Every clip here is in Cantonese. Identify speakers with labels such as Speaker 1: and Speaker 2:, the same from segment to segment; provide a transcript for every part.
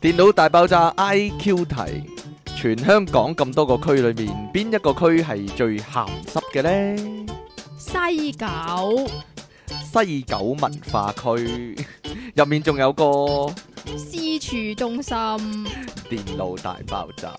Speaker 1: 電腦大爆炸 IQ 題，全香港咁多個區裏面，邊一個區係最鹹濕嘅呢？
Speaker 2: 西九
Speaker 1: 西九文化區 入面仲有個
Speaker 2: 私處中心，
Speaker 1: 電腦大爆炸。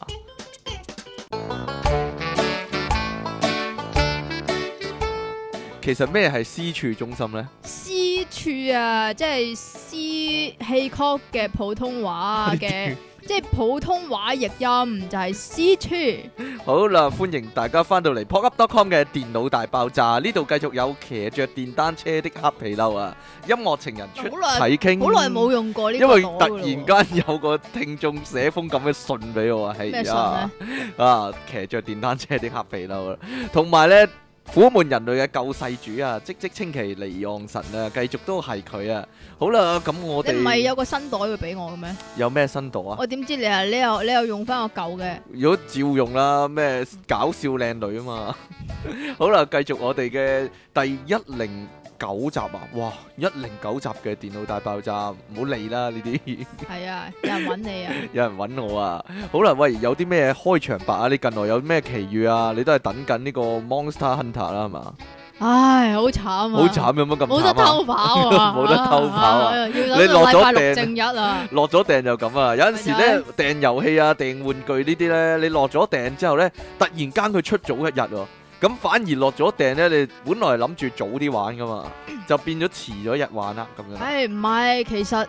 Speaker 1: 其實咩係私處中心呢？
Speaker 2: 私處啊，即係私戲曲嘅普通話嘅，即係普通話譯音就係私處。
Speaker 1: 好啦，歡迎大家翻到嚟 pocket.com 嘅電腦大爆炸，呢度繼續有騎着電單車的黑皮褸啊！音樂情人出體傾，
Speaker 2: 好耐冇用過呢
Speaker 1: 因
Speaker 2: 個
Speaker 1: 為
Speaker 2: 朵
Speaker 1: 突
Speaker 2: 噶咯喎。
Speaker 1: 然間有個聽眾寫封咁嘅信俾我啊，
Speaker 2: 咩
Speaker 1: 係
Speaker 2: 信
Speaker 1: 啊
Speaker 2: 呢，
Speaker 1: 啊騎着電單車的黑皮褸啦，同埋咧苦悶人類嘅救世主啊，即即稱其離岸神啊，繼續都係佢啊。好啦，咁我
Speaker 2: 你唔係
Speaker 1: 哋
Speaker 2: 有個新袋會俾我嘅咩？
Speaker 1: 有咩新度啊？
Speaker 2: 我點知你係你又你又用翻我舊嘅？
Speaker 1: 如果照用啦，咩搞笑靚女啊嘛。 好啦，繼續我哋嘅第一零九集啊，哇，一零九集嘅電腦大爆炸，唔好理啦呢啲。
Speaker 2: 係啊，有人揾你啊！
Speaker 1: 有人揾我啊！好啦，喂，有啲咩開場白啊？你近來有咩奇遇啊？你都係等緊呢個 Monster Hunter 啦，係嘛？
Speaker 2: 唉，好慘啊！
Speaker 1: 好慘，有乜
Speaker 2: 冇
Speaker 1: 咁
Speaker 2: 得
Speaker 1: 慘啊？
Speaker 2: 偷跑啊！
Speaker 1: 冇得偷跑啊
Speaker 2: 要等
Speaker 1: 你落
Speaker 2: 到
Speaker 1: 咗
Speaker 2: 禮拜
Speaker 1: 訂
Speaker 2: 六正日啊！
Speaker 1: 落咗訂就咁啊！有陣時咧訂遊戲啊、訂玩具呢啲咧，你落咗訂之後咧，突然間佢出早一日喎、咁反而落咗訂咧，你本來諗住早啲玩 噶嘛，就變咗遲咗一日玩啦咁樣，
Speaker 2: 唉，唔係，其實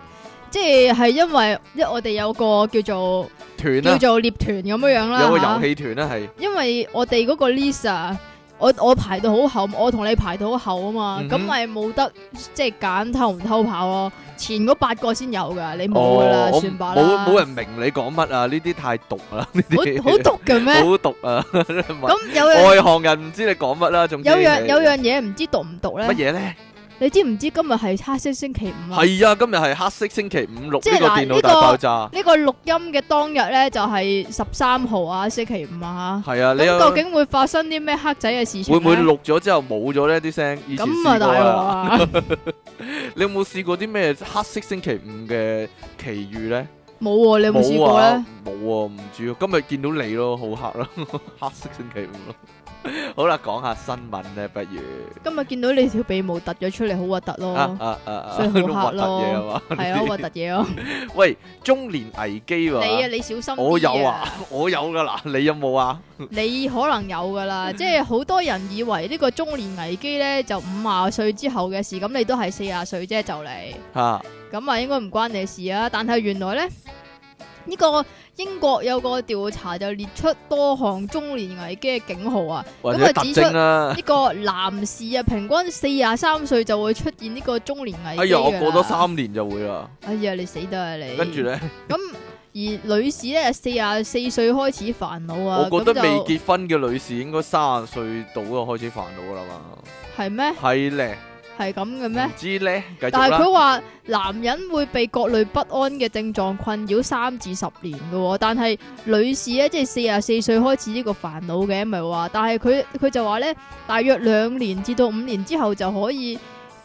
Speaker 2: 即係係因為即係我哋有個叫做
Speaker 1: 團
Speaker 2: 叫
Speaker 1: 啦、
Speaker 2: 做獵團咁樣樣啦，
Speaker 1: 啊有個
Speaker 2: 嚇
Speaker 1: 遊戲團啦、係
Speaker 2: 因為我哋嗰個 list 啊，我我排到好後，我同你排到好後啊嘛
Speaker 1: 嗯，哼
Speaker 2: 咁咪冇得即係揀偷唔偷跑咯。前嗰八個先有噶，你冇噶啦，
Speaker 1: 哦我
Speaker 2: 算吧啦。
Speaker 1: 冇冇人明你講乜啊？呢啲太毒啦，呢啲
Speaker 2: 好好毒嘅咩？
Speaker 1: 好毒啊！
Speaker 2: 咁 有樣
Speaker 1: 外行人唔知你講乜啦，總之
Speaker 2: 有樣
Speaker 1: 你
Speaker 2: 有樣嘢唔知毒唔毒
Speaker 1: 乜
Speaker 2: 咧？
Speaker 1: 嘢咧？
Speaker 2: 你知唔知今日係黑色星期五啊？
Speaker 1: 係啊，今日係黑色星期五六
Speaker 2: 即
Speaker 1: 呢
Speaker 2: 係
Speaker 1: 個
Speaker 2: 嗱
Speaker 1: 電腦
Speaker 2: 呢
Speaker 1: 大
Speaker 2: 個
Speaker 1: 爆炸，
Speaker 2: 呢個錄音嘅當日咧就係十三號啊，星期五啊
Speaker 1: 係啊，
Speaker 2: 吓。
Speaker 1: 你
Speaker 2: 咁
Speaker 1: 有
Speaker 2: 究竟會發生啲咩黑仔嘅事情
Speaker 1: 會
Speaker 2: 呢？
Speaker 1: 唔會錄咗之後冇咗呢啲聲？以前
Speaker 2: 咁啊，
Speaker 1: 試
Speaker 2: 大
Speaker 1: 過
Speaker 2: 鑊
Speaker 1: 啊，
Speaker 2: 啊！
Speaker 1: 你有冇試過啲咩黑色星期五嘅奇遇咧？
Speaker 2: 冇喎，你有冇試
Speaker 1: 冇
Speaker 2: 過咧
Speaker 1: 啊？，冇啊，唔知啊。今日見到你咯， 好黑啦，黑色星期五咯。 好啦，講下新聞咧，不如
Speaker 2: 今日見到你條鼻毛突咗出嚟，好核突
Speaker 1: 啊
Speaker 2: 咯，
Speaker 1: 啊啊啊，
Speaker 2: 所以
Speaker 1: 都
Speaker 2: 好
Speaker 1: 核
Speaker 2: 黑
Speaker 1: 突
Speaker 2: 咯
Speaker 1: 嘢啊嘛。
Speaker 2: 係啊，好核突嘢咯。
Speaker 1: 喂，中年危機喎。
Speaker 2: 你啊，你小心
Speaker 1: 我有
Speaker 2: 啲
Speaker 1: 啊，，我有噶啦，你有冇啊？
Speaker 2: 你可能有 噶啦，即係好多人以為呢個中年危機咧就五廿歲之後嘅事，咁你都係四廿歲啫就嚟，
Speaker 1: 吓，
Speaker 2: 咁啊應該唔關你事啊。但係原來咧，呢個英國有個調查就列出多項中年危機嘅警號啊。
Speaker 1: 或者
Speaker 2: 啊
Speaker 1: 特
Speaker 2: 指
Speaker 1: 徵啦。
Speaker 2: 呢個男士啊，平均四廿三歲就會出現呢個中年危機。
Speaker 1: 哎呀，我過多，三年就會啦。
Speaker 2: 哎呀，你死得啊你！
Speaker 1: 跟住咧，
Speaker 2: 咁而女士咧，四廿四歲開始煩惱啊，
Speaker 1: 我覺得
Speaker 2: 咁就
Speaker 1: 未結婚嘅女士應該三十歲到就開始煩惱啦嘛。
Speaker 2: 係咩？
Speaker 1: 係咧，
Speaker 2: 係咁嘅咩
Speaker 1: 唔？知咧，嗯繼續
Speaker 2: 但係
Speaker 1: 啦。
Speaker 2: 佢話男人會被各類不安嘅症狀困擾三至十年嘅喎，但係女士咧，即係四廿四歲開始呢個煩惱嘅，咪話，但係佢佢就話咧，大約兩年至到五年之後就可以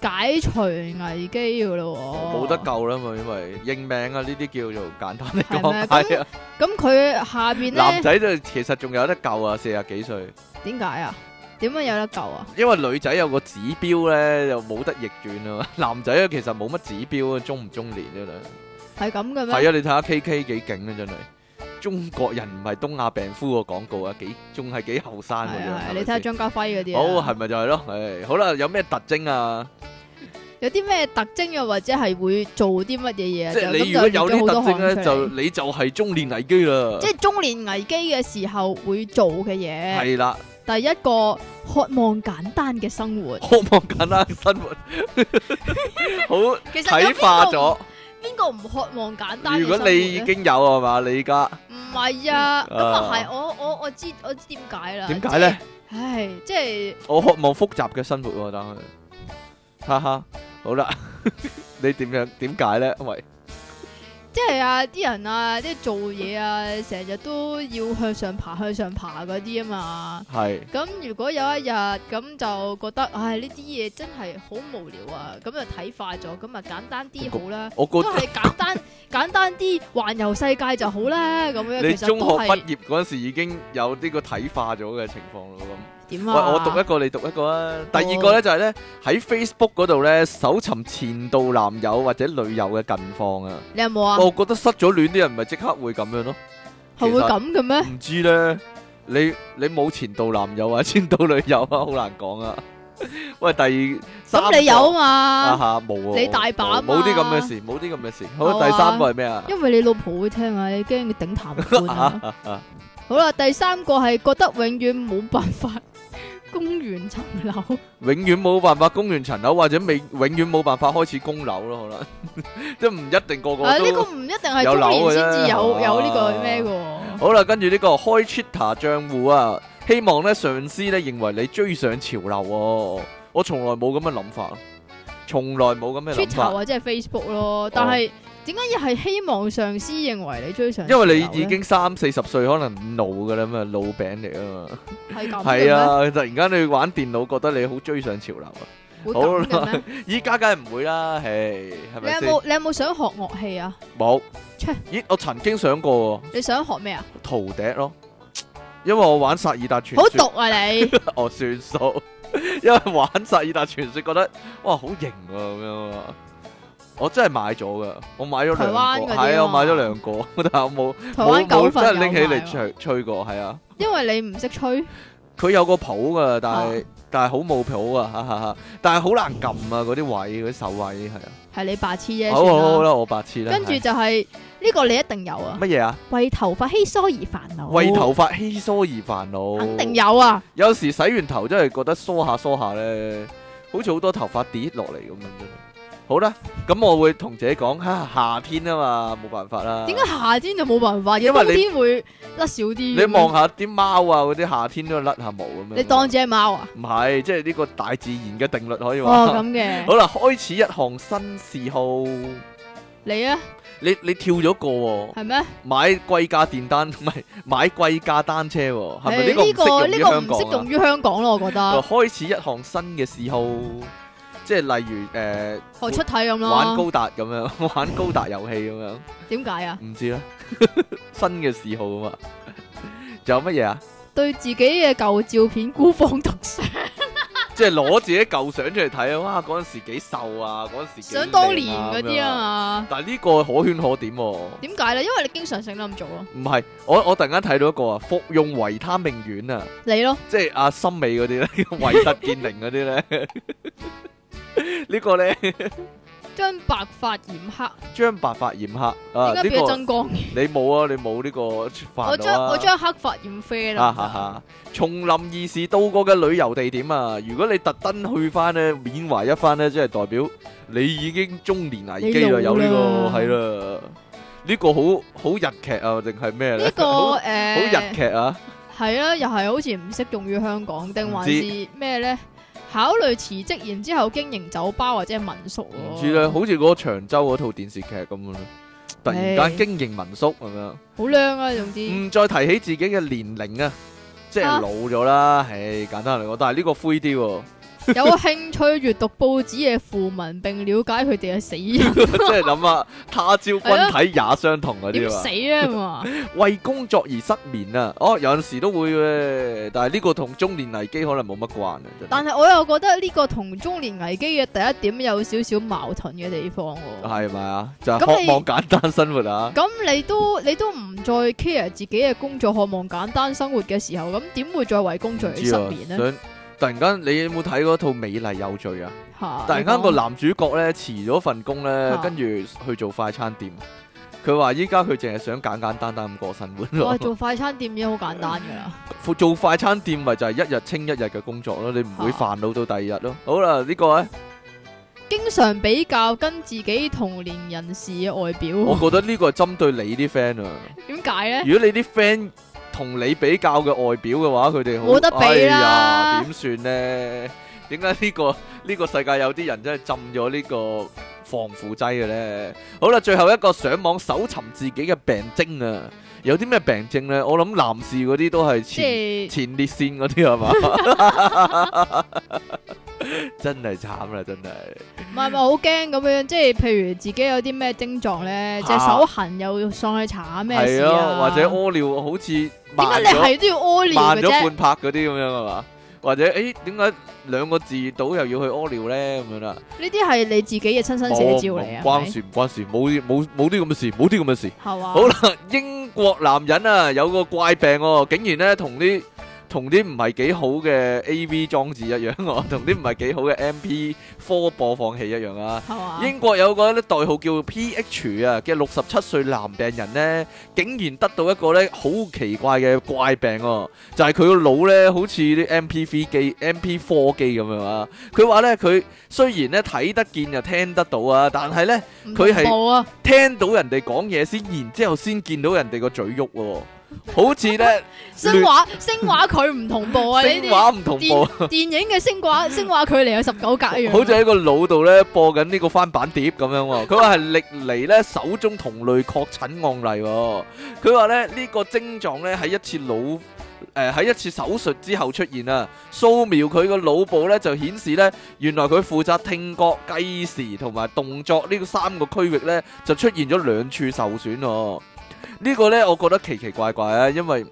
Speaker 2: 解除危機嘅咯喎，
Speaker 1: 冇得。救啦嘛，因為認命啊，呢啲叫做簡單嚟
Speaker 2: 係咩
Speaker 1: 講。係啊，
Speaker 2: 咁佢下邊
Speaker 1: 男
Speaker 2: 咧
Speaker 1: 仔就其實仲有得救啊，四廿幾歲。
Speaker 2: 點解啊？點樣有得救啊？
Speaker 1: 因為女仔有個指標咧，又冇得逆轉啊嘛。 男仔啊，其實冇乜指標啊，中唔中年啫啦。
Speaker 2: 係咁嘅咩？
Speaker 1: 係啊，你睇下 K K 幾勁啊，真係中國人唔係東亞病夫個廣告啊，幾仲係幾後生嘅
Speaker 2: 係啊係
Speaker 1: 樣
Speaker 2: 啊，
Speaker 1: 係
Speaker 2: 你
Speaker 1: 咪
Speaker 2: 睇下
Speaker 1: 先。
Speaker 2: 張家輝嗰啲啊
Speaker 1: 好係咪就係咯？誒，好啦，有咩特徵啊？
Speaker 2: 有啲咩特徵又或者係會做啲乜嘢嘢啊？
Speaker 1: 即係
Speaker 2: 就咁
Speaker 1: 你如果
Speaker 2: 就
Speaker 1: 有
Speaker 2: 列
Speaker 1: 呢
Speaker 2: 咗好
Speaker 1: 特
Speaker 2: 多
Speaker 1: 徵
Speaker 2: 項
Speaker 1: 咧，
Speaker 2: 出嚟
Speaker 1: 就你就係中年危機啦。
Speaker 2: 即係中年危機嘅時候會做嘅嘢。
Speaker 1: 係啦，
Speaker 2: 第一個渴望簡單嘅生活，
Speaker 1: 渴望簡單嘅 生活，好
Speaker 2: 其實有
Speaker 1: 睇化
Speaker 2: 邊個唔
Speaker 1: 咗。
Speaker 2: 邊個唔渴望簡單嘅
Speaker 1: 如
Speaker 2: 生活
Speaker 1: 果
Speaker 2: 呢？
Speaker 1: 你已經有係嘛，你而家
Speaker 2: 唔係啊，咁啊
Speaker 1: 啊
Speaker 2: 係我我我知我知點解啦。
Speaker 1: 點解咧？
Speaker 2: 即係？唉，即係
Speaker 1: 我渴望複雜嘅生活喎，但係， 哈哈，好啦，你點樣點解咧？喂，
Speaker 2: 即係啊，啲人啊，即係做嘢啊，成日都要向上爬、向上爬嗰啲啊嘛。
Speaker 1: 係
Speaker 2: 咁如果有一日咁就覺得，唉呢啲嘢真係好無聊啊，咁就睇化咗，咁啊簡單啲好啦，
Speaker 1: 我
Speaker 2: 都
Speaker 1: 覺得
Speaker 2: 係簡單簡單啲環遊世界就好啦，咁樣
Speaker 1: 你
Speaker 2: 其實
Speaker 1: 中學
Speaker 2: 都
Speaker 1: 畢
Speaker 2: 係
Speaker 1: 業嗰陣時已經有呢個體化咗嘅情況咯咁。
Speaker 2: 點
Speaker 1: 喂，
Speaker 2: 啊？
Speaker 1: 我讀一個，你讀一個啊。
Speaker 2: 哦
Speaker 1: 第二個咧就係咧喺 Facebook 嗰度咧搜尋前度男友或者女友嘅近況啊。
Speaker 2: 你有冇啊？
Speaker 1: 我覺得失咗戀啲人咪即刻會咁樣咯。
Speaker 2: 係會咁嘅咩？
Speaker 1: 唔知咧，你你冇前度男友啊，前度女友啊，好難講啊。 喂，第三個
Speaker 2: 咁你有
Speaker 1: 啊
Speaker 2: 啊嘛？
Speaker 1: 吓冇喎，
Speaker 2: 你大把啊嘛
Speaker 1: 冇啲咁嘅事，冇啲咁嘅事。好，
Speaker 2: 有啊
Speaker 1: 第三個係咩啊？
Speaker 2: 因為你老婆會聽啊，你驚佢頂談 判啊。好啦，第三個係覺得永遠冇辦法公園層樓。
Speaker 1: 永遠冇辦法供完層樓，或者未永遠冇辦法開始供樓咯，可能 即係唔一定個
Speaker 2: 啊！
Speaker 1: 個
Speaker 2: 呢個
Speaker 1: 都。
Speaker 2: 唔一定係
Speaker 1: 有
Speaker 2: 中
Speaker 1: 樓嘅
Speaker 2: 年先
Speaker 1: 啫
Speaker 2: 至有有呢個咩嘅喎。
Speaker 1: 好啦，跟住呢個開 Twitter 賬户啊，希望咧上司咧認為你追上潮流喎。我從來冇咁嘅諗法，從來冇咁嘅諗
Speaker 2: Twitter
Speaker 1: 法，
Speaker 2: 或者係 Facebook 咯，但係點解亦係希望上司認為你追上潮
Speaker 1: 因
Speaker 2: 流呢？
Speaker 1: 為你已經三四十歲，可能老噶啦嘛，老餅嚟啊嘛。
Speaker 2: 係咁嘅
Speaker 1: 係
Speaker 2: 咩？
Speaker 1: 啊，突然間你玩電腦，覺得你好追上潮流啊！
Speaker 2: 會
Speaker 1: 好
Speaker 2: 咁嘅咩？
Speaker 1: 依家梗係唔會啦，係係
Speaker 2: 你
Speaker 1: 咪
Speaker 2: 有
Speaker 1: 先？
Speaker 2: 冇你有冇想學樂器啊？
Speaker 1: 冇
Speaker 2: 切。
Speaker 1: 咦，我曾經想過喎。
Speaker 2: 你想學咩啊？
Speaker 1: 陶笛咯，因為我玩薩爾達傳
Speaker 2: 好
Speaker 1: 說，
Speaker 2: 毒啊你！
Speaker 1: 我算數， 因為玩薩爾達傳說覺得哇好型啊咁樣啊，我真係買咗噶，我買咗兩
Speaker 2: 台灣嗰
Speaker 1: 個，
Speaker 2: 啲啊
Speaker 1: 係啊，我
Speaker 2: 嘛
Speaker 1: 買咗兩個， 但係我
Speaker 2: 台
Speaker 1: 冇冇
Speaker 2: 灣九
Speaker 1: 冇真
Speaker 2: 份
Speaker 1: 係拎起嚟
Speaker 2: 有賣喎啊
Speaker 1: 吹吹過，係啊，
Speaker 2: 因為你唔識吹，
Speaker 1: 佢有個譜噶，但係
Speaker 2: 啊
Speaker 1: 但係好冇譜啊，哈哈哈，但係好難撳啊嗰啲位嗰啲手位係啊，
Speaker 2: 係你白痴啫。
Speaker 1: 好好好
Speaker 2: 算啦，
Speaker 1: 啦，我白痴啦，
Speaker 2: 跟住
Speaker 1: 係
Speaker 2: 就係呢個你一定有啊，
Speaker 1: 乜嘢啊？
Speaker 2: 為頭髮稀疏而煩惱。
Speaker 1: 為頭髮稀疏而煩惱，
Speaker 2: 哦肯定有啊！
Speaker 1: 有時洗完頭真係覺得梳下梳下咧，好似好多頭髮跌落嚟咁樣真係。好啦，咁我會同自己講，吓、夏天啊嘛，冇辦法啦。
Speaker 2: 點解夏天就冇辦法嘅？
Speaker 1: 因為
Speaker 2: 冬
Speaker 1: 你
Speaker 2: 天會甩少啲。
Speaker 1: 你望，下啲貓啊，嗰啲夏天都甩下毛咁樣。
Speaker 2: 你當自己係貓啊？
Speaker 1: 唔係，即係呢個大自然嘅定律可以話。
Speaker 2: 哦，咁嘅
Speaker 1: 好。啦，開始一項新嗜好。
Speaker 2: 你啊，
Speaker 1: 你你跳咗個喎、
Speaker 2: 係咩？
Speaker 1: 買貴價電單，唔係買貴價單車喎、係咪呢
Speaker 2: 誒
Speaker 1: 個唔
Speaker 2: 個
Speaker 1: 適用於
Speaker 2: 呢
Speaker 1: 香
Speaker 2: 個唔
Speaker 1: 港
Speaker 2: 適
Speaker 1: 啊哦
Speaker 2: 用？於香港咯，我覺
Speaker 1: 就
Speaker 2: 得
Speaker 1: 開始一項新嘅嗜好，即係例如誒。呃
Speaker 2: 學哦出體咁
Speaker 1: 玩
Speaker 2: 咯。
Speaker 1: 高達咁樣， 玩高達遊戲咁樣，
Speaker 2: 點解啊？
Speaker 1: 唔知啦，新嘅嗜好啊嘛。仲有乜嘢啊？
Speaker 2: 對自己嘅舊照片孤芳獨賞，
Speaker 1: 即係攞自己舊相出嚟睇啊！哇，嗰陣時幾瘦啊，嗰陣 時幾
Speaker 2: 想當年
Speaker 1: 靚
Speaker 2: 嗰啲
Speaker 1: 咁
Speaker 2: 啊
Speaker 1: 樣。
Speaker 2: 嘛。
Speaker 1: 但係呢個可圈可點喎、
Speaker 2: 點解咧？因為你經常性都咁做咯，
Speaker 1: 唔係我我突然間睇到一個啊，服用維他命丸啊，
Speaker 2: 你咯，
Speaker 1: 即係阿森美嗰啲咧， 維特健靈嗰啲咧，呢個咧
Speaker 2: 將白髮染黑，
Speaker 1: 將白髮染黑啊！呢、
Speaker 2: 點解變咗
Speaker 1: 個
Speaker 2: 真光？
Speaker 1: 你冇啊，你冇呢個
Speaker 2: 我
Speaker 1: 煩惱
Speaker 2: 將
Speaker 1: 啊
Speaker 2: 我！將黑髮染
Speaker 1: 啊
Speaker 2: 啡啦。
Speaker 1: 哈哈！松林二是到過嘅旅遊地點啊，如果你特登去翻呢，緬懷一番呢，即係代表你已經中年危機啦，
Speaker 2: 你老
Speaker 1: 有
Speaker 2: 啦
Speaker 1: 呢、個係啦，呢、個好好日劇啊，定係咩呢？
Speaker 2: 呢 個
Speaker 1: 好好
Speaker 2: 誒
Speaker 1: 日，劇啊，
Speaker 2: 係啦，又係好似唔適用於香港，定還
Speaker 1: 唔知
Speaker 2: 是咩咧？考慮辭職，然之後經營酒吧或者民宿喎。
Speaker 1: 唔知咧，好似嗰個長洲嗰套電視劇咁樣咯，突然
Speaker 2: 唉
Speaker 1: 間經營民宿咁樣，
Speaker 2: 好靚啊，總之。
Speaker 1: 唔再提起自己嘅年齡啊，即係
Speaker 2: 啊
Speaker 1: 老咗啦，唉，簡單嚟講，但係呢個灰啲喎。
Speaker 2: 有興趣閱讀報紙嘅訃文，並了解佢哋嘅 死因
Speaker 1: 即係諗下，他朝君體也相同嗰
Speaker 2: 點
Speaker 1: 啲啊
Speaker 2: 死啊嘛，
Speaker 1: 為工作而失眠啊！哦，有陣時都會嘅，但係呢個同中年危機可能冇乜關啊。真係
Speaker 2: 但係我又覺得呢個同中年危機嘅第一點有少少矛盾嘅地方喎、
Speaker 1: 係咪啊？就係
Speaker 2: 咁你
Speaker 1: 渴望簡單生活啊！
Speaker 2: 咁你都你都唔再 care 自己嘅工作，渴望簡單生活嘅時候，咁點會再為工作
Speaker 1: 唔
Speaker 2: 而
Speaker 1: 知
Speaker 2: 失
Speaker 1: 啊
Speaker 2: 眠呢？
Speaker 1: 想突然間，你有冇睇嗰套《美麗有罪》啊？
Speaker 2: 嚇
Speaker 1: 突然間個
Speaker 2: 你講
Speaker 1: 男主角咧辭咗份工咧
Speaker 2: 啊，
Speaker 1: 跟住去做快餐店。佢話依家佢淨係想簡簡單單咁過生活
Speaker 2: 哇，
Speaker 1: 咯。
Speaker 2: 做快餐店已經好簡單㗎啦，
Speaker 1: 做做快餐店咪就係一日清一日嘅工作咯，你唔會
Speaker 2: 啊
Speaker 1: 煩惱到第二日咯。好啦，呢個咧。
Speaker 2: 經常比較跟自己同年人士嘅外
Speaker 1: 我
Speaker 2: 表，
Speaker 1: 覺得呢個係針對你啲 friend 啊。
Speaker 2: 點解呢？
Speaker 1: 如果你啲 friend 同你比較嘅外表嘅話，佢哋好
Speaker 2: 冇得比啦
Speaker 1: 哎呀，點算呢？點解呢個呢、個世界有啲人真係浸咗呢個防腐劑嘅咧。好啦，最後一個上網搜尋自己嘅病徵啊，有啲咩病徵咧？我諗男士嗰啲都係
Speaker 2: 即
Speaker 1: 前
Speaker 2: 係
Speaker 1: 前列腺嗰啲係 嘛？真係慘啦，真係。
Speaker 2: 唔係唔係好驚咁樣，即係譬如自己有啲咩症狀咧，隻
Speaker 1: 嚇
Speaker 2: 手痕又要上去查下咩事
Speaker 1: 係
Speaker 2: 啊，
Speaker 1: 或者屙尿好似
Speaker 2: 點解
Speaker 1: 慢
Speaker 2: 你
Speaker 1: 咗。
Speaker 2: 係都要屙尿
Speaker 1: 慢
Speaker 2: 嘅
Speaker 1: 咗
Speaker 2: 啫？
Speaker 1: 半拍嗰啲咁樣係嘛？或者誒點解兩個字到又要去屙尿咧咁樣啦？
Speaker 2: 呢啲係你自己嘅親身
Speaker 1: 冇
Speaker 2: 寫照
Speaker 1: 唔
Speaker 2: 嚟啊，
Speaker 1: 關
Speaker 2: 係咪
Speaker 1: 事唔關事，冇冇冇啲咁嘅事，冇啲咁嘅事。
Speaker 2: 係嘛？
Speaker 1: 好啦，英國男人啊有個怪病喎，竟然咧同啲同啲唔係幾好嘅 A.V. 裝置一樣喎， 同啲唔係幾好嘅 M.P.4 播放器一樣啊！
Speaker 2: 係嘛？
Speaker 1: 英國有個咧代號叫 P.H. 啊嘅六十七歲男病人咧，竟然得到一個咧好奇怪嘅怪病喎、就係佢個腦咧好似啲 M.P.V 機、M.P.4 機咁樣啊。佢話咧佢雖然咧睇得見又聽得到啊，但係咧佢係
Speaker 2: 冇啊，
Speaker 1: 聽到人哋講嘢先，然之後先見到人哋個嘴喐喎、好似咧
Speaker 2: 聲畫聲畫佢唔同步啊！呢
Speaker 1: 聲
Speaker 2: 啲
Speaker 1: 畫唔同步。
Speaker 2: 電影嘅聲畫聲畫距離有十九格一樣啊，
Speaker 1: 好似喺個腦度咧播緊呢個翻版碟咁樣 喎。佢話係歷嚟咧首宗同類確診案例喎。佢話咧呢個症狀咧喺一次腦誒喺一次手術之後出現啊。掃描佢個腦部咧就顯示咧，原來佢負責聽覺、計時同埋動作呢三個區域咧就出現咗兩處受損喎。呢個咧我覺得奇奇怪怪啊，因為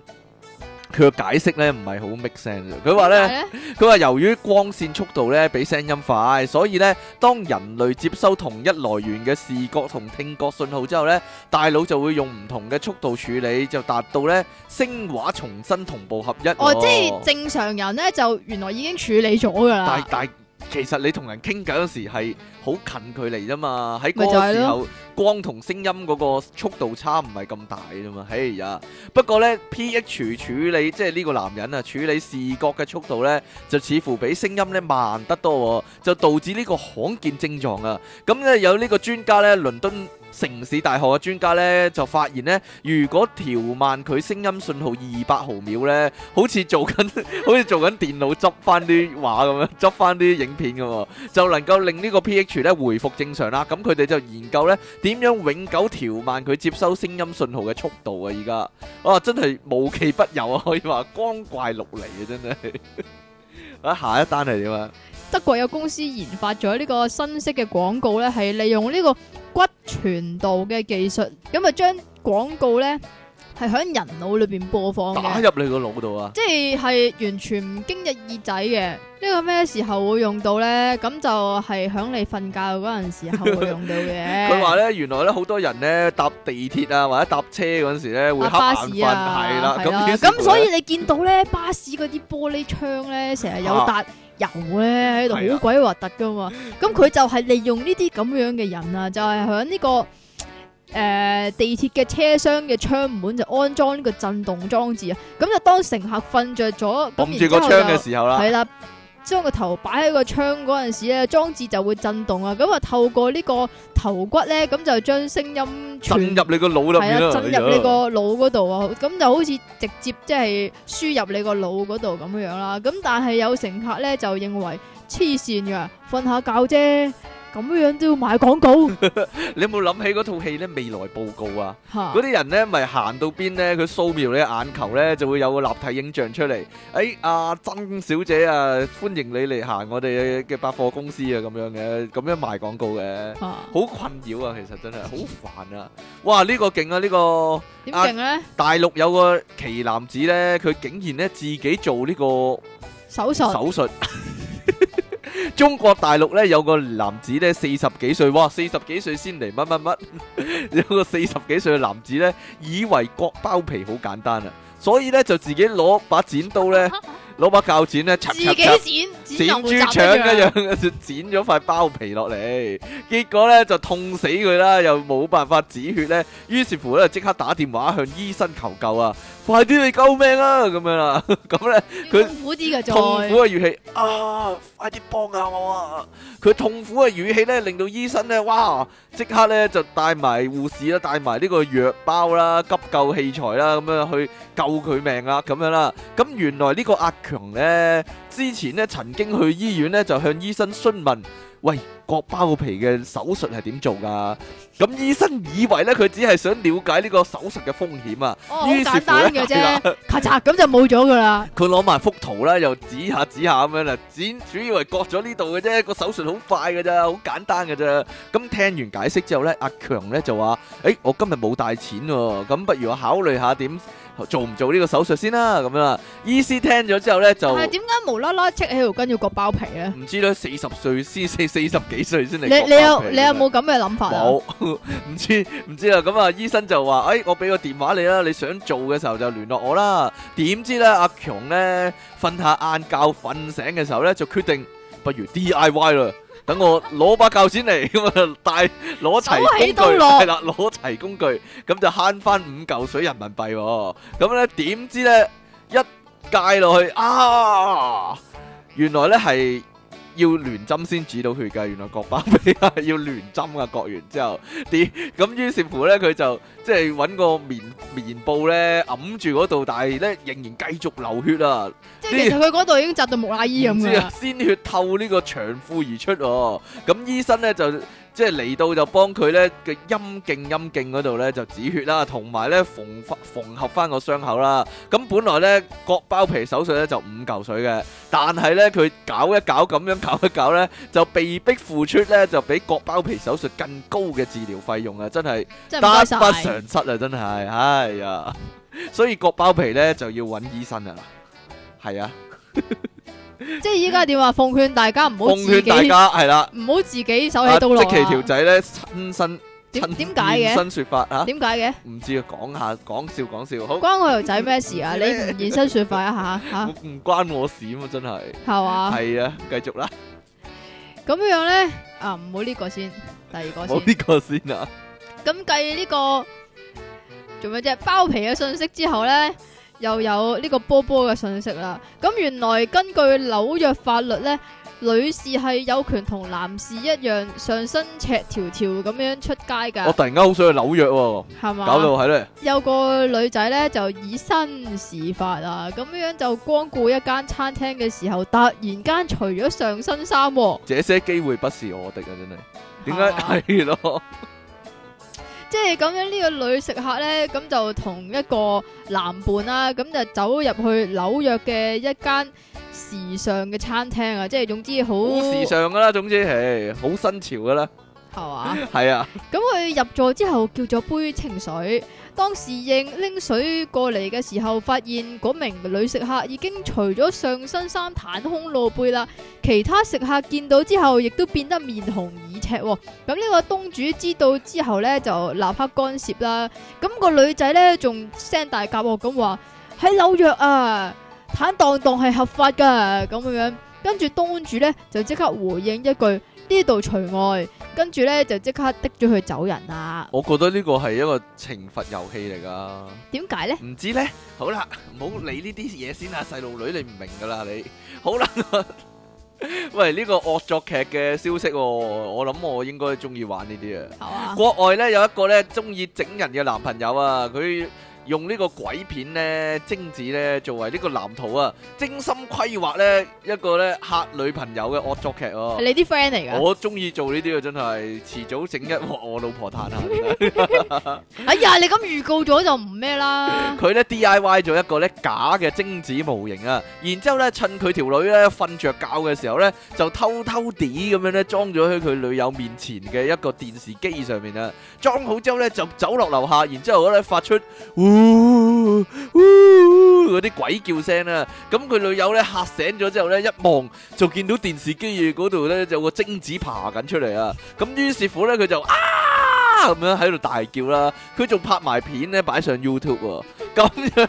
Speaker 1: 佢嘅解釋咧唔係好 make sense 嘅。佢話咧
Speaker 2: 點。解咧，
Speaker 1: 佢話由於光線速度咧比聲音快，所以咧當人類接收同一來源嘅視覺同聽覺信號之後咧，大腦就會用唔同嘅速度處理，就達到咧聲畫重新同步合一喎。
Speaker 2: 哦，即係正常人咧就原來已經處理咗㗎
Speaker 1: 但
Speaker 2: 啦，
Speaker 1: 但其實你同人傾偈嗰時係好近距離啫嘛，喺
Speaker 2: 咪
Speaker 1: 嗰
Speaker 2: 就
Speaker 1: 個
Speaker 2: 係咯
Speaker 1: 時候光同聲音嗰個速度差唔係咁大啫嘛。哎呀，不過呢 pH 處理即係呢個男人啊，處理視覺嘅速度呢，就似乎比聲音呢慢得多、喎，就導致呢個罕見症狀啊。咁呢，有呢個專家呢，倫敦。城市大學嘅專家呢，就發現呢，如果調慢佢聲音信號二百毫秒呢，好似做緊 好似做緊電腦執翻啲畫咁樣，執翻啲影片咁喎，就能夠令呢個 pH 咧回復正常啦。咁佢哋就研究呢點樣永久調慢佢接收聲音信號嘅速度啊！而家啊，真係無奇不有啊， 可以話光怪陸離啊，真係。 啊，下一單係點啊？
Speaker 2: 德國有公司研發咗呢個新式嘅廣告咧，係利用呢個骨傳導嘅技術，咁啊將廣告咧係喺人腦裏邊播放
Speaker 1: 打
Speaker 2: 嘅，
Speaker 1: 入你個腦度啊！
Speaker 2: 即係係完全唔經入耳仔嘅。呢、個咩時候會用到咧？咁就係喺你瞓覺嗰陣時候會用到嘅。
Speaker 1: 佢話咧，原來咧好多人咧搭地鐵啊或者搭車嗰陣時咧會
Speaker 2: 啊
Speaker 1: 瞌
Speaker 2: 巴
Speaker 1: 眼
Speaker 2: 士
Speaker 1: 瞓，
Speaker 2: 啊，
Speaker 1: 係啦。
Speaker 2: 係
Speaker 1: 咁於是乎
Speaker 2: 咁所
Speaker 1: 咧
Speaker 2: 以你見到咧巴士嗰啲玻璃窗咧，成日有
Speaker 1: 啊
Speaker 2: 笪油咧喺
Speaker 1: 係啊
Speaker 2: 度，
Speaker 1: 啦
Speaker 2: 好鬼核突噶嘛。咁佢就係利用呢啲咁樣嘅人啊，就係喺呢個誒、呃地鐵嘅車廂嘅窗門就安裝呢個震動裝置啊。咁就當乘客瞓着咗，
Speaker 1: 撳
Speaker 2: 咁
Speaker 1: 住個
Speaker 2: 然之
Speaker 1: 窗
Speaker 2: 後
Speaker 1: 嘅
Speaker 2: 就
Speaker 1: 時候啦，啊
Speaker 2: 係啦。將個頭擺喺個窗嗰陣時咧，裝置就會震動啊！咁啊，透過呢個頭骨咧，咁就將聲音
Speaker 1: 震
Speaker 2: 傳
Speaker 1: 入你個腦入
Speaker 2: 系
Speaker 1: 面啦。
Speaker 2: 啊，震
Speaker 1: 哎
Speaker 2: 入
Speaker 1: 呀
Speaker 2: 你個腦嗰度啊，咁就好似直接即係輸入你個腦嗰度咁樣樣啦。咁但係有乘客咧就認為黐線㗎，瞓下覺啫，咁樣都要買廣告
Speaker 1: 你有冇諗起嗰套戲咧？未來報告啊，
Speaker 2: 吓
Speaker 1: 嗰，啲人咧咪行到邊咧，佢掃描你眼球咧，就會有個立體影像出嚟。誒，阿曾小姐啊，歡迎你嚟行我哋嘅百貨公司啊，咁樣嘅，咁樣賣廣告嘅，
Speaker 2: 嚇
Speaker 1: 好困擾啊，其實真係好煩啊！哇，呢個勁啊，呢個
Speaker 2: 點勁咧？
Speaker 1: 大陸有個奇男子咧，佢竟然咧自己做呢個。
Speaker 2: 手術
Speaker 1: 手術。中國大陸咧有個男子咧四十幾歲，哇四十幾歲先嚟乜乜乜， 有個四十幾歲嘅男子咧，以為割包皮好簡單啊，所以咧就自己攞把剪刀 咧，攞把鉸剪咧，插
Speaker 2: 自
Speaker 1: 插
Speaker 2: 己
Speaker 1: 插
Speaker 2: 剪剪
Speaker 1: 剪
Speaker 2: 牛
Speaker 1: 豬
Speaker 2: 雜
Speaker 1: 腸
Speaker 2: 一
Speaker 1: 一
Speaker 2: 樣，
Speaker 1: 樣， 就剪咗塊包皮落嚟，結果咧就痛死佢啦，又冇辦法止血咧，於是乎咧即刻打電話向醫生求救啊，快啲嚟救命啊 咁樣啦，咁咧。佢
Speaker 2: 要痛苦啲嘅
Speaker 1: 痛苦
Speaker 2: 再。
Speaker 1: 嘅語氣啊！快啲幫下我啊！佢痛苦嘅語氣咧，令到醫生咧，哇！即刻咧就帶埋護士啦，帶埋呢個藥包啦、急救器材啦，咁樣去救佢命啦，咁樣啦。咁原來呢個阿強咧，之前咧曾經去醫院咧就向醫生詢問。喂，割包皮嘅手術係點做㗎？咁醫生以為咧佢只係想了解呢個手術嘅風險啊，
Speaker 2: 哦，好
Speaker 1: 於是
Speaker 2: 簡
Speaker 1: 乎
Speaker 2: 單
Speaker 1: 咧
Speaker 2: 嘅
Speaker 1: 係啦
Speaker 2: 啫，咔嚓咁就冇咗噶啦。
Speaker 1: 佢攞埋幅圖啦，又指下指下咁樣啦，剪主要係割咗呢度嘅啫，個手術好快嘅咋，好簡單嘅咋。咁聽完解釋之後呢，阿強呢就話：，誒、我今日冇帶錢喎、咁不如我考慮下點做唔做呢個手術先啦。咁樣啦，醫師聽咗之後呢，就
Speaker 2: 但係點解無啦啦戚起條筋要割包皮咧？
Speaker 1: 唔知咧，四十歲先四四十幾歲先嚟
Speaker 2: 你
Speaker 1: 割包皮。
Speaker 2: 你有你有冇咁嘅諗法啊？
Speaker 1: 冇， 唔知唔知啦。咁啊，醫生就話：，誒、我俾個電話你啦，你想做嘅時候就聯絡我啦。點知咧，阿強咧瞓下晏覺，瞓醒嘅時候咧，就決定不如 D I Y 啦。等我攞把鉸剪嚟， 咁啊，帶攞齊
Speaker 2: 手
Speaker 1: 工
Speaker 2: 起
Speaker 1: 具，
Speaker 2: 刀落
Speaker 1: 係啦，攞齊工具，咁就慳翻五嚿水人民幣喎。咁咧點知咧一戒落去啊，原來咧係要聯針先止到血㗎，原來割包皮係 要聯針啊，割完之後點咁於是乎咧佢就即係揾個棉棉布咧揞住嗰度，但係咧仍然繼續流血啊！
Speaker 2: 即係其實佢嗰度已經扎到木乃伊
Speaker 1: 唔
Speaker 2: 咁
Speaker 1: 知
Speaker 2: 噶
Speaker 1: 啊
Speaker 2: 啦，。
Speaker 1: 鮮血透呢個長褲而出喎、咁醫生咧就即係嚟到就幫佢咧嘅陰莖陰莖嗰度咧就止血啦，同埋咧縫翻縫合翻個傷口啦。咁本來咧割包皮手術咧就五嚿水嘅，但係咧佢搞一搞咁樣搞一搞咧，就被逼付出咧就比割包皮手術更高嘅治療費用啊！真係
Speaker 2: 真
Speaker 1: 得
Speaker 2: 係唔該
Speaker 1: 不
Speaker 2: 晒。
Speaker 1: 償失啊！真係，哎呀，所以割包皮咧就要揾醫生啊啦，係啊。
Speaker 2: 即係依家點啊？奉勸大家唔好
Speaker 1: 奉
Speaker 2: 自
Speaker 1: 勸
Speaker 2: 己
Speaker 1: 大家係啦，
Speaker 2: 唔好自己手
Speaker 1: 啊
Speaker 2: 起刀落
Speaker 1: 即
Speaker 2: 啊
Speaker 1: 其條仔咧親身
Speaker 2: 點
Speaker 1: 親
Speaker 2: 點解
Speaker 1: 現
Speaker 2: 嘅？
Speaker 1: 身說法啊，
Speaker 2: 點解嘅？
Speaker 1: 唔知啊，講下講笑講笑，好
Speaker 2: 關我啊條仔咩 事啊？你唔現身說法一下吓
Speaker 1: 唔唔關我事啊嘛，真係
Speaker 2: 係嘛？
Speaker 1: 係啊，繼續啦，
Speaker 2: 咁樣咧啊，唔好呢個先，第二個先
Speaker 1: 冇。呢個先啊，
Speaker 2: 咁計呢個做咩啫？包皮嘅信息之後咧，又有呢個波波嘅信息啦。咁原來根據紐約法律咧，女士係有權同男士一樣上身赤條條咁樣出街
Speaker 1: 我
Speaker 2: 噶，
Speaker 1: 突然間好想去紐約喎，
Speaker 2: 係嘛？
Speaker 1: 哦搞到係咧，
Speaker 2: 有個女仔咧就以身試法啊，咁樣就光顧一間餐廳嘅時候，突然間除咗上身衫、喎，
Speaker 1: 這些機會不是我的啊，真係點
Speaker 2: 係嘛
Speaker 1: 解係咯？
Speaker 2: 哦即係咁樣呢個女食客咧，咁就同一個男伴啦，咁就走入去紐約嘅一間時尚嘅餐廳啊，即係總之好
Speaker 1: 好時尚噶啦，總之係好新潮噶啦，
Speaker 2: 係嘛？
Speaker 1: 係啊，
Speaker 2: 咁佢入座之後叫咗杯清水，當侍應拎水過嚟嘅時候，發現嗰名女食客已經除咗上身衫，袒胸露背啦。其他食客見到之後，亦都變得面紅耳赤喎、咁呢個東主知道之後呢，就立刻干涉啦。咁、個女仔呢，仲聲大夾惡咁話：喺紐約啊，坦蕩蕩係合法㗎咁樣。跟住東主呢，就即刻回應一句：呢度除外。跟住咧就即刻滴咗佢走人啊啦。
Speaker 1: 我覺得呢個係一個懲罰遊戲嚟噶。
Speaker 2: 點解咧？
Speaker 1: 唔知咧，好啦，唔好理呢啲嘢先啦，細路女你唔明噶啦，你好啦。 喂，呢、個惡作劇嘅消息、喎，我諗我應該中意玩呢啲啊。
Speaker 2: 係嘛？
Speaker 1: 國外咧有一個咧中意整人嘅男朋友啊，佢用呢個鬼片咧精子咧作為呢個藍圖啊，精心規劃咧一個咧嚇女朋友嘅惡作劇喎、
Speaker 2: 係你啲 friend 嚟噶？
Speaker 1: 我中意做呢啲啊，真係遲早整一鑊我老婆嘆下。啊真係
Speaker 2: 哎呀，你咁預告咗就唔咩 啦。
Speaker 1: 佢咧 DIY 咗一個咧假嘅精子模型啊，然之後咧趁佢條女咧瞓着覺嘅時候咧，就偷偷地咁樣咧裝咗喺佢女友面前嘅一個電視機上面啊，裝好之後咧就走落樓下，然之後咧發出嗚嗚嗰啲鬼叫聲啊，咁佢女友咧嚇醒咗之後咧一望就見到電視機嗰度咧有個精子爬緊出嚟啊，咁於是乎咧佢就啊咁樣喺度大叫啦。佢仲拍埋片咧，擺上 YouTube 喎。咁樣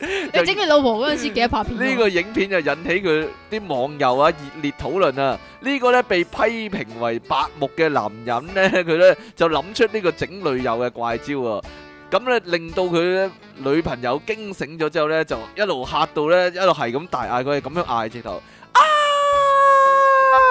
Speaker 2: 你
Speaker 1: 就
Speaker 2: 整你老婆嗰陣時幾多拍片啊？
Speaker 1: 呢個影片就引起佢啲網友啊熱烈討論啊。呢個咧被批評為白目嘅男人咧，佢咧就諗出呢個整女友嘅怪招啊。咁咧令到佢咧女朋友驚醒咗之後咧，就一路嚇到咧，一路係咁大嗌，佢係咁樣嗌直頭啊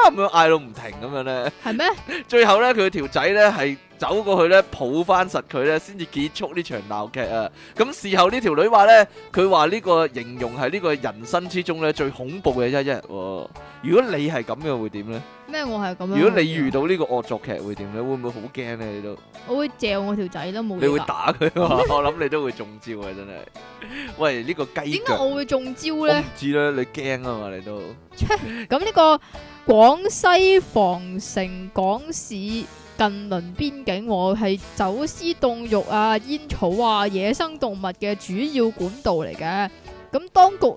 Speaker 1: 咁樣嗌到唔停咁樣咧。
Speaker 2: 係咩？
Speaker 1: 最後咧，佢條仔咧係走過去咧，抱翻實佢咧，先至結束呢場鬧劇啊！咁事後呢條女話咧，佢話呢個形容係呢個人生之中咧最恐怖嘅一日喎。如果你係咁嘅，會點咧？
Speaker 2: 咩？我係咁樣。
Speaker 1: 如果你遇，到呢個惡作劇會點咧？會唔會好驚咧？你都
Speaker 2: 我會嚼我條仔啦，冇
Speaker 1: 你
Speaker 2: 嘢
Speaker 1: 會
Speaker 2: 㗎。
Speaker 1: 打佢 啊嘛？我諗你都會中招啊！真係。喂，呢個雞
Speaker 2: 點解
Speaker 1: 腳，
Speaker 2: 我會中招
Speaker 1: 我
Speaker 2: 咧
Speaker 1: 唔？知咧，你驚啊嘛？你都
Speaker 2: 咁呢個廣西防城港市近鄰邊境，我係走私凍肉啊、煙草啊、野生動物嘅主要管道嚟嘅。咁當局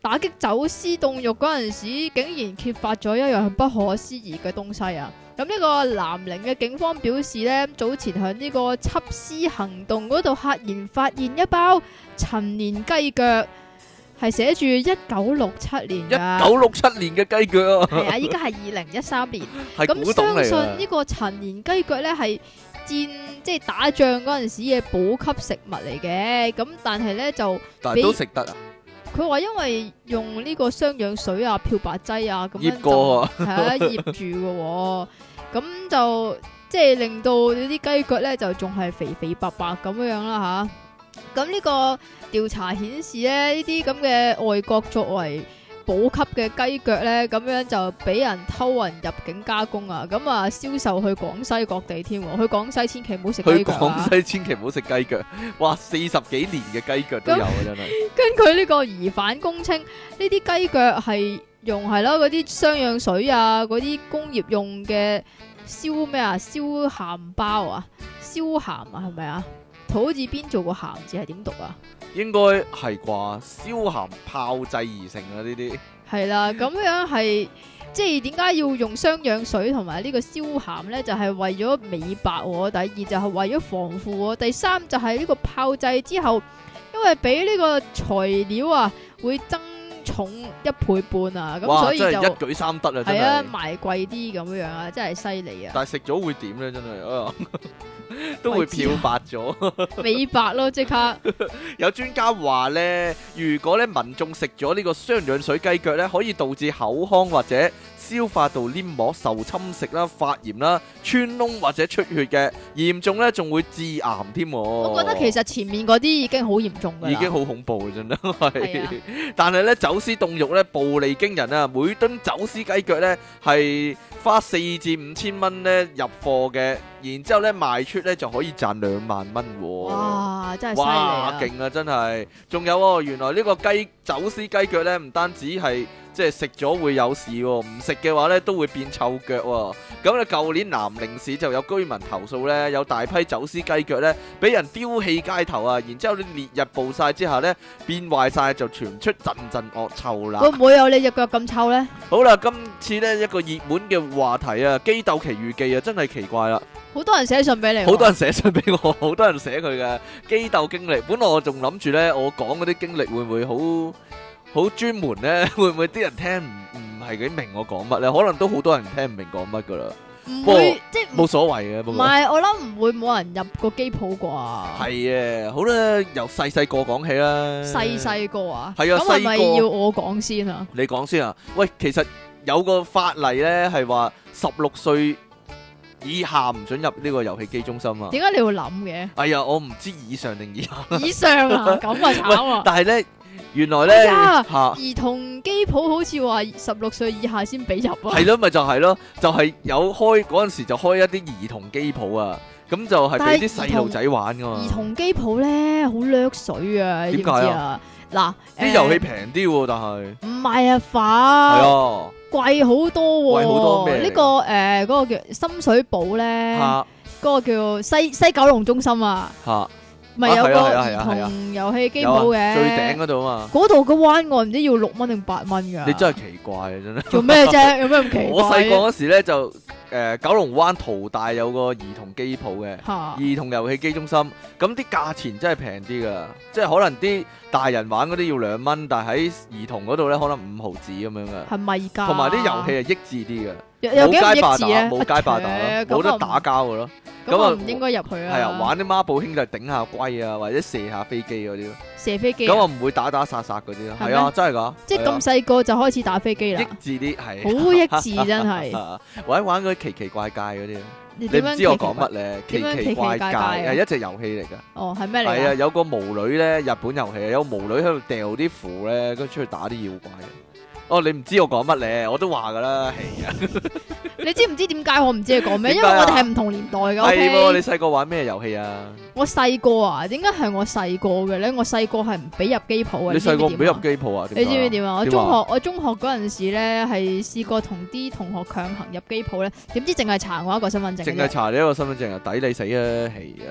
Speaker 2: 打擊走私凍肉嗰陣時，竟然揭發咗一樣不可思議嘅東西啊！咁呢個南寧嘅警方表示呢，早前喺呢個緝私行動嗰度赫然發現一包陳年雞腳，係寫住一九六七年
Speaker 1: 一
Speaker 2: 㗎。
Speaker 1: 九六七年嘅雞腳啊，
Speaker 2: 系啊，依家 係二零一三年，
Speaker 1: 係古
Speaker 2: 咁
Speaker 1: 董
Speaker 2: 相
Speaker 1: 嚟啊
Speaker 2: 信呢！個陳年雞腳咧係戰即係打仗嗰陣時嘅補給食物嚟嘅，咁但係咧就
Speaker 1: 但係
Speaker 2: 俾
Speaker 1: 都食得啊，
Speaker 2: 佢話因為用呢個雙氧水啊、漂白劑啊咁
Speaker 1: 醃
Speaker 2: 樣
Speaker 1: 過
Speaker 2: 就，係啊，醃住嘅喎，咁就即係令到呢啲雞腳咧就仲係肥肥白白咁樣樣啦吓，咁呢個調查顯示咧，呢啲咁嘅外國作為補給嘅雞腳咧，咁樣就俾人偷運入境加工啊，咁啊銷售去廣西各地添喎，去廣西千祈 唔好食
Speaker 1: 去
Speaker 2: 雞腳啊
Speaker 1: 廣西千祈唔好食雞腳，哇！四十幾年嘅雞腳都有啊，真係。
Speaker 2: 根據呢個疑犯供稱，呢啲雞腳係用係咯嗰啲雙氧水啊，嗰啲工業用嘅燒咩啊，燒鹹包啊，燒鹹啊，係咪啊？土字邊做個鹹字係點讀啊？
Speaker 1: 應該係啩？燒鹹炮製而成啊！呢啲
Speaker 2: 係啦，咁樣係即係點解要用雙氧水同埋呢個燒鹹呢？就係、為咗美白喎，第二就係為咗防腐喎，第三就係呢個炮製之後，因為俾呢個材料啊會增重一倍半啊，咁
Speaker 1: 哇，
Speaker 2: 所以
Speaker 1: 真係一
Speaker 2: 就
Speaker 1: 舉三得啊！真
Speaker 2: 係啊
Speaker 1: 係。
Speaker 2: 賣貴啲咁樣啊，真係犀利啊，
Speaker 1: 但係食咗會點咧？真係 啊，都
Speaker 2: 我
Speaker 1: 會
Speaker 2: 知
Speaker 1: 漂
Speaker 2: 啊
Speaker 1: 白咗。
Speaker 2: 美白咯即刻。
Speaker 1: 哦有專家話呢，如果咧民眾食咗呢個雙氧水雞腳呢，可以導致口腔或者消化道黏膜受侵蝕啦、發炎啦、穿窿或者出血嘅，嚴重呢仲會致癌添喎。
Speaker 2: 我
Speaker 1: 我
Speaker 2: 覺得其實前面嗰啲已經好嚴重㗎
Speaker 1: 已經
Speaker 2: 啦，
Speaker 1: 好恐怖啦，真
Speaker 2: 係啊
Speaker 1: 係。但係咧，走私凍肉咧暴利驚人啊！每噸走私雞腳咧係花四至五千蚊咧入貨嘅，然之後咧賣出咧就可以賺兩萬蚊喎。
Speaker 2: 哇真係犀利
Speaker 1: 哇！
Speaker 2: 啊！
Speaker 1: 勁啊，真係！仲有喎，原來呢個雞走私雞腳咧，唔單止係即係食咗會有事喎，唔食嘅話咧都會變臭腳喎。咁咧，舊年南寧市就有居民投訴咧，有大批走私雞腳咧俾人丟棄街頭啊，然之後咧烈日暴曬之下咧變壞晒，就傳出陣陣惡臭啦。
Speaker 2: 會唔會有你只腳咁臭呢？
Speaker 1: 好啦，今次呢一個熱門嘅話題啊，《基鬥奇遇記》啊，真係奇怪啦。
Speaker 2: 好多人寫信俾你喎，
Speaker 1: 好多人寫信俾我，好多人寫佢嘅機鬥經歷。本來我仲諗住咧，我講嗰啲經歷會唔會好好專門咧？ 會唔會啲人聽唔唔係幾明我講乜咧？可能都好多人聽唔明講乜噶啦，
Speaker 2: 唔
Speaker 1: 不過
Speaker 2: 會即係唔
Speaker 1: 冇所謂嘅。
Speaker 2: 唔
Speaker 1: 不過
Speaker 2: 係，我諗唔會冇人入過機鋪啩。
Speaker 1: 係啊，好啦，由細細個講起啦。
Speaker 2: 細細個啊，
Speaker 1: 係啊
Speaker 2: 咁係
Speaker 1: 細
Speaker 2: 咪
Speaker 1: 個
Speaker 2: 要我講先啊？
Speaker 1: 你講先啊！喂，其實有個法例咧係話十六歲以下唔准入呢個遊戲機中心啊！
Speaker 2: 點解你 要諗
Speaker 1: 哎呀，我唔知以上定以下，
Speaker 2: 嘅？以上啊，咁啊 慘啊！
Speaker 1: 但係咧原來咧
Speaker 2: 哎呀
Speaker 1: 嚇。
Speaker 2: 兒童機鋪好似話十六歲以下先俾入啊
Speaker 1: 係，咯，咪就係咯，就係有開嗰阵时就開一啲兒童機鋪啊，咁就係俾啲
Speaker 2: 但係兒
Speaker 1: 細
Speaker 2: 童
Speaker 1: 路仔玩噶嘛
Speaker 2: 兒。童機鋪咧好掠水啊，你知唔知
Speaker 1: 啊點解
Speaker 2: 啊？嗱，
Speaker 1: 啲
Speaker 2: 誒
Speaker 1: 遊戲平啲喎，但係
Speaker 2: 唔係啊，
Speaker 1: 係
Speaker 2: 化
Speaker 1: 啊
Speaker 2: 貴好多喎，
Speaker 1: 貴好多咩嚟㗎啊
Speaker 2: 呢個誒嗰個叫深水埗咧，
Speaker 1: 嚇
Speaker 2: 嗰個叫西西九龍中心啊。
Speaker 1: 嚇，
Speaker 2: 咪有
Speaker 1: 啊
Speaker 2: 個
Speaker 1: 係啊係
Speaker 2: 兒
Speaker 1: 啊係啊
Speaker 2: 童遊戲機
Speaker 1: 有啊
Speaker 2: 鋪嘅，
Speaker 1: 最頂嗰度啊
Speaker 2: 嗰度嘅灣岸唔知要六蚊定八蚊㗎。
Speaker 1: 嘛，你真係奇怪啊，真係。
Speaker 2: 做咩 啫？有咩咁奇怪？
Speaker 1: 我細個嗰時咧就诶九龍灣淘大有個兒童機鋪嘅。
Speaker 2: 嚇
Speaker 1: 兒童遊戲機中心，咁啲價錢真係平啲噶，即係可能啲大人玩嗰啲要兩蚊，但係喺兒童嗰度咧可能五毫子咁樣噶，
Speaker 2: 係咪㗎？
Speaker 1: 同埋啲遊戲係益智啲嘅。
Speaker 2: 有有
Speaker 1: 冇
Speaker 2: 幾咁
Speaker 1: 街霸打，
Speaker 2: 益智咧？
Speaker 1: 冇街 霸打
Speaker 2: 啊
Speaker 1: 啦，冇
Speaker 2: 切咁我
Speaker 1: 得
Speaker 2: 唔
Speaker 1: 打交嘅咯。
Speaker 2: 咁
Speaker 1: 咁啊
Speaker 2: 我唔應該入去啦。
Speaker 1: 係啊，玩啲孖寶兄弟頂下龜啊，或者射下飛機嗰啲咯。
Speaker 2: 射飛機啊，
Speaker 1: 咁我唔會打打殺殺嗰啲咯。
Speaker 2: 係
Speaker 1: 係
Speaker 2: 咩
Speaker 1: 啊，真係㗎。
Speaker 2: 即係咁細個就開始打飛機
Speaker 1: 係啊，
Speaker 2: 啦
Speaker 1: 益智啲，係
Speaker 2: 好益智真 係。
Speaker 1: 啊或者玩嗰啲奇奇怪怪嗰啲，
Speaker 2: 你
Speaker 1: 你
Speaker 2: 點
Speaker 1: 唔
Speaker 2: 樣
Speaker 1: 知我
Speaker 2: 奇
Speaker 1: 講
Speaker 2: 怪
Speaker 1: 乜？咧？奇
Speaker 2: 點樣
Speaker 1: 奇怪
Speaker 2: 奇
Speaker 1: 怪
Speaker 2: 奇怪怪啊
Speaker 1: 係一隻遊戲嚟㗎。
Speaker 2: 哦，係咩嚟
Speaker 1: 係啊，
Speaker 2: 㗎？
Speaker 1: 有個巫女咧，日本遊戲啊，有巫女喺度掉啲符咧，跟住出去打啲妖怪嘅。哦，你唔知我講乜咧？我都話㗎啦，係啊，
Speaker 2: 你知唔知點解我唔知你講咩？因
Speaker 1: 點
Speaker 2: 為
Speaker 1: 解啊
Speaker 2: 我哋係唔同年代噶。
Speaker 1: 係
Speaker 2: OK？
Speaker 1: 喎，你細個玩咩遊戲啊？
Speaker 2: 我細個啊，點解係我細個嘅咧？我細個係唔俾入機鋪嘅。
Speaker 1: 你
Speaker 2: 細
Speaker 1: 細個唔俾入
Speaker 2: 機？
Speaker 1: 機鋪啊？
Speaker 2: 你知唔知
Speaker 1: 點
Speaker 2: 點啊？我
Speaker 1: 點
Speaker 2: 中
Speaker 1: 啊
Speaker 2: 學我中學嗰陣時咧，係試過同啲同學強行入機鋪咧，點知淨係查我一個身份證
Speaker 1: 解？
Speaker 2: 嘅
Speaker 1: 淨
Speaker 2: 啫。
Speaker 1: 係查你一個身份證啊，抵你死啊！係啊，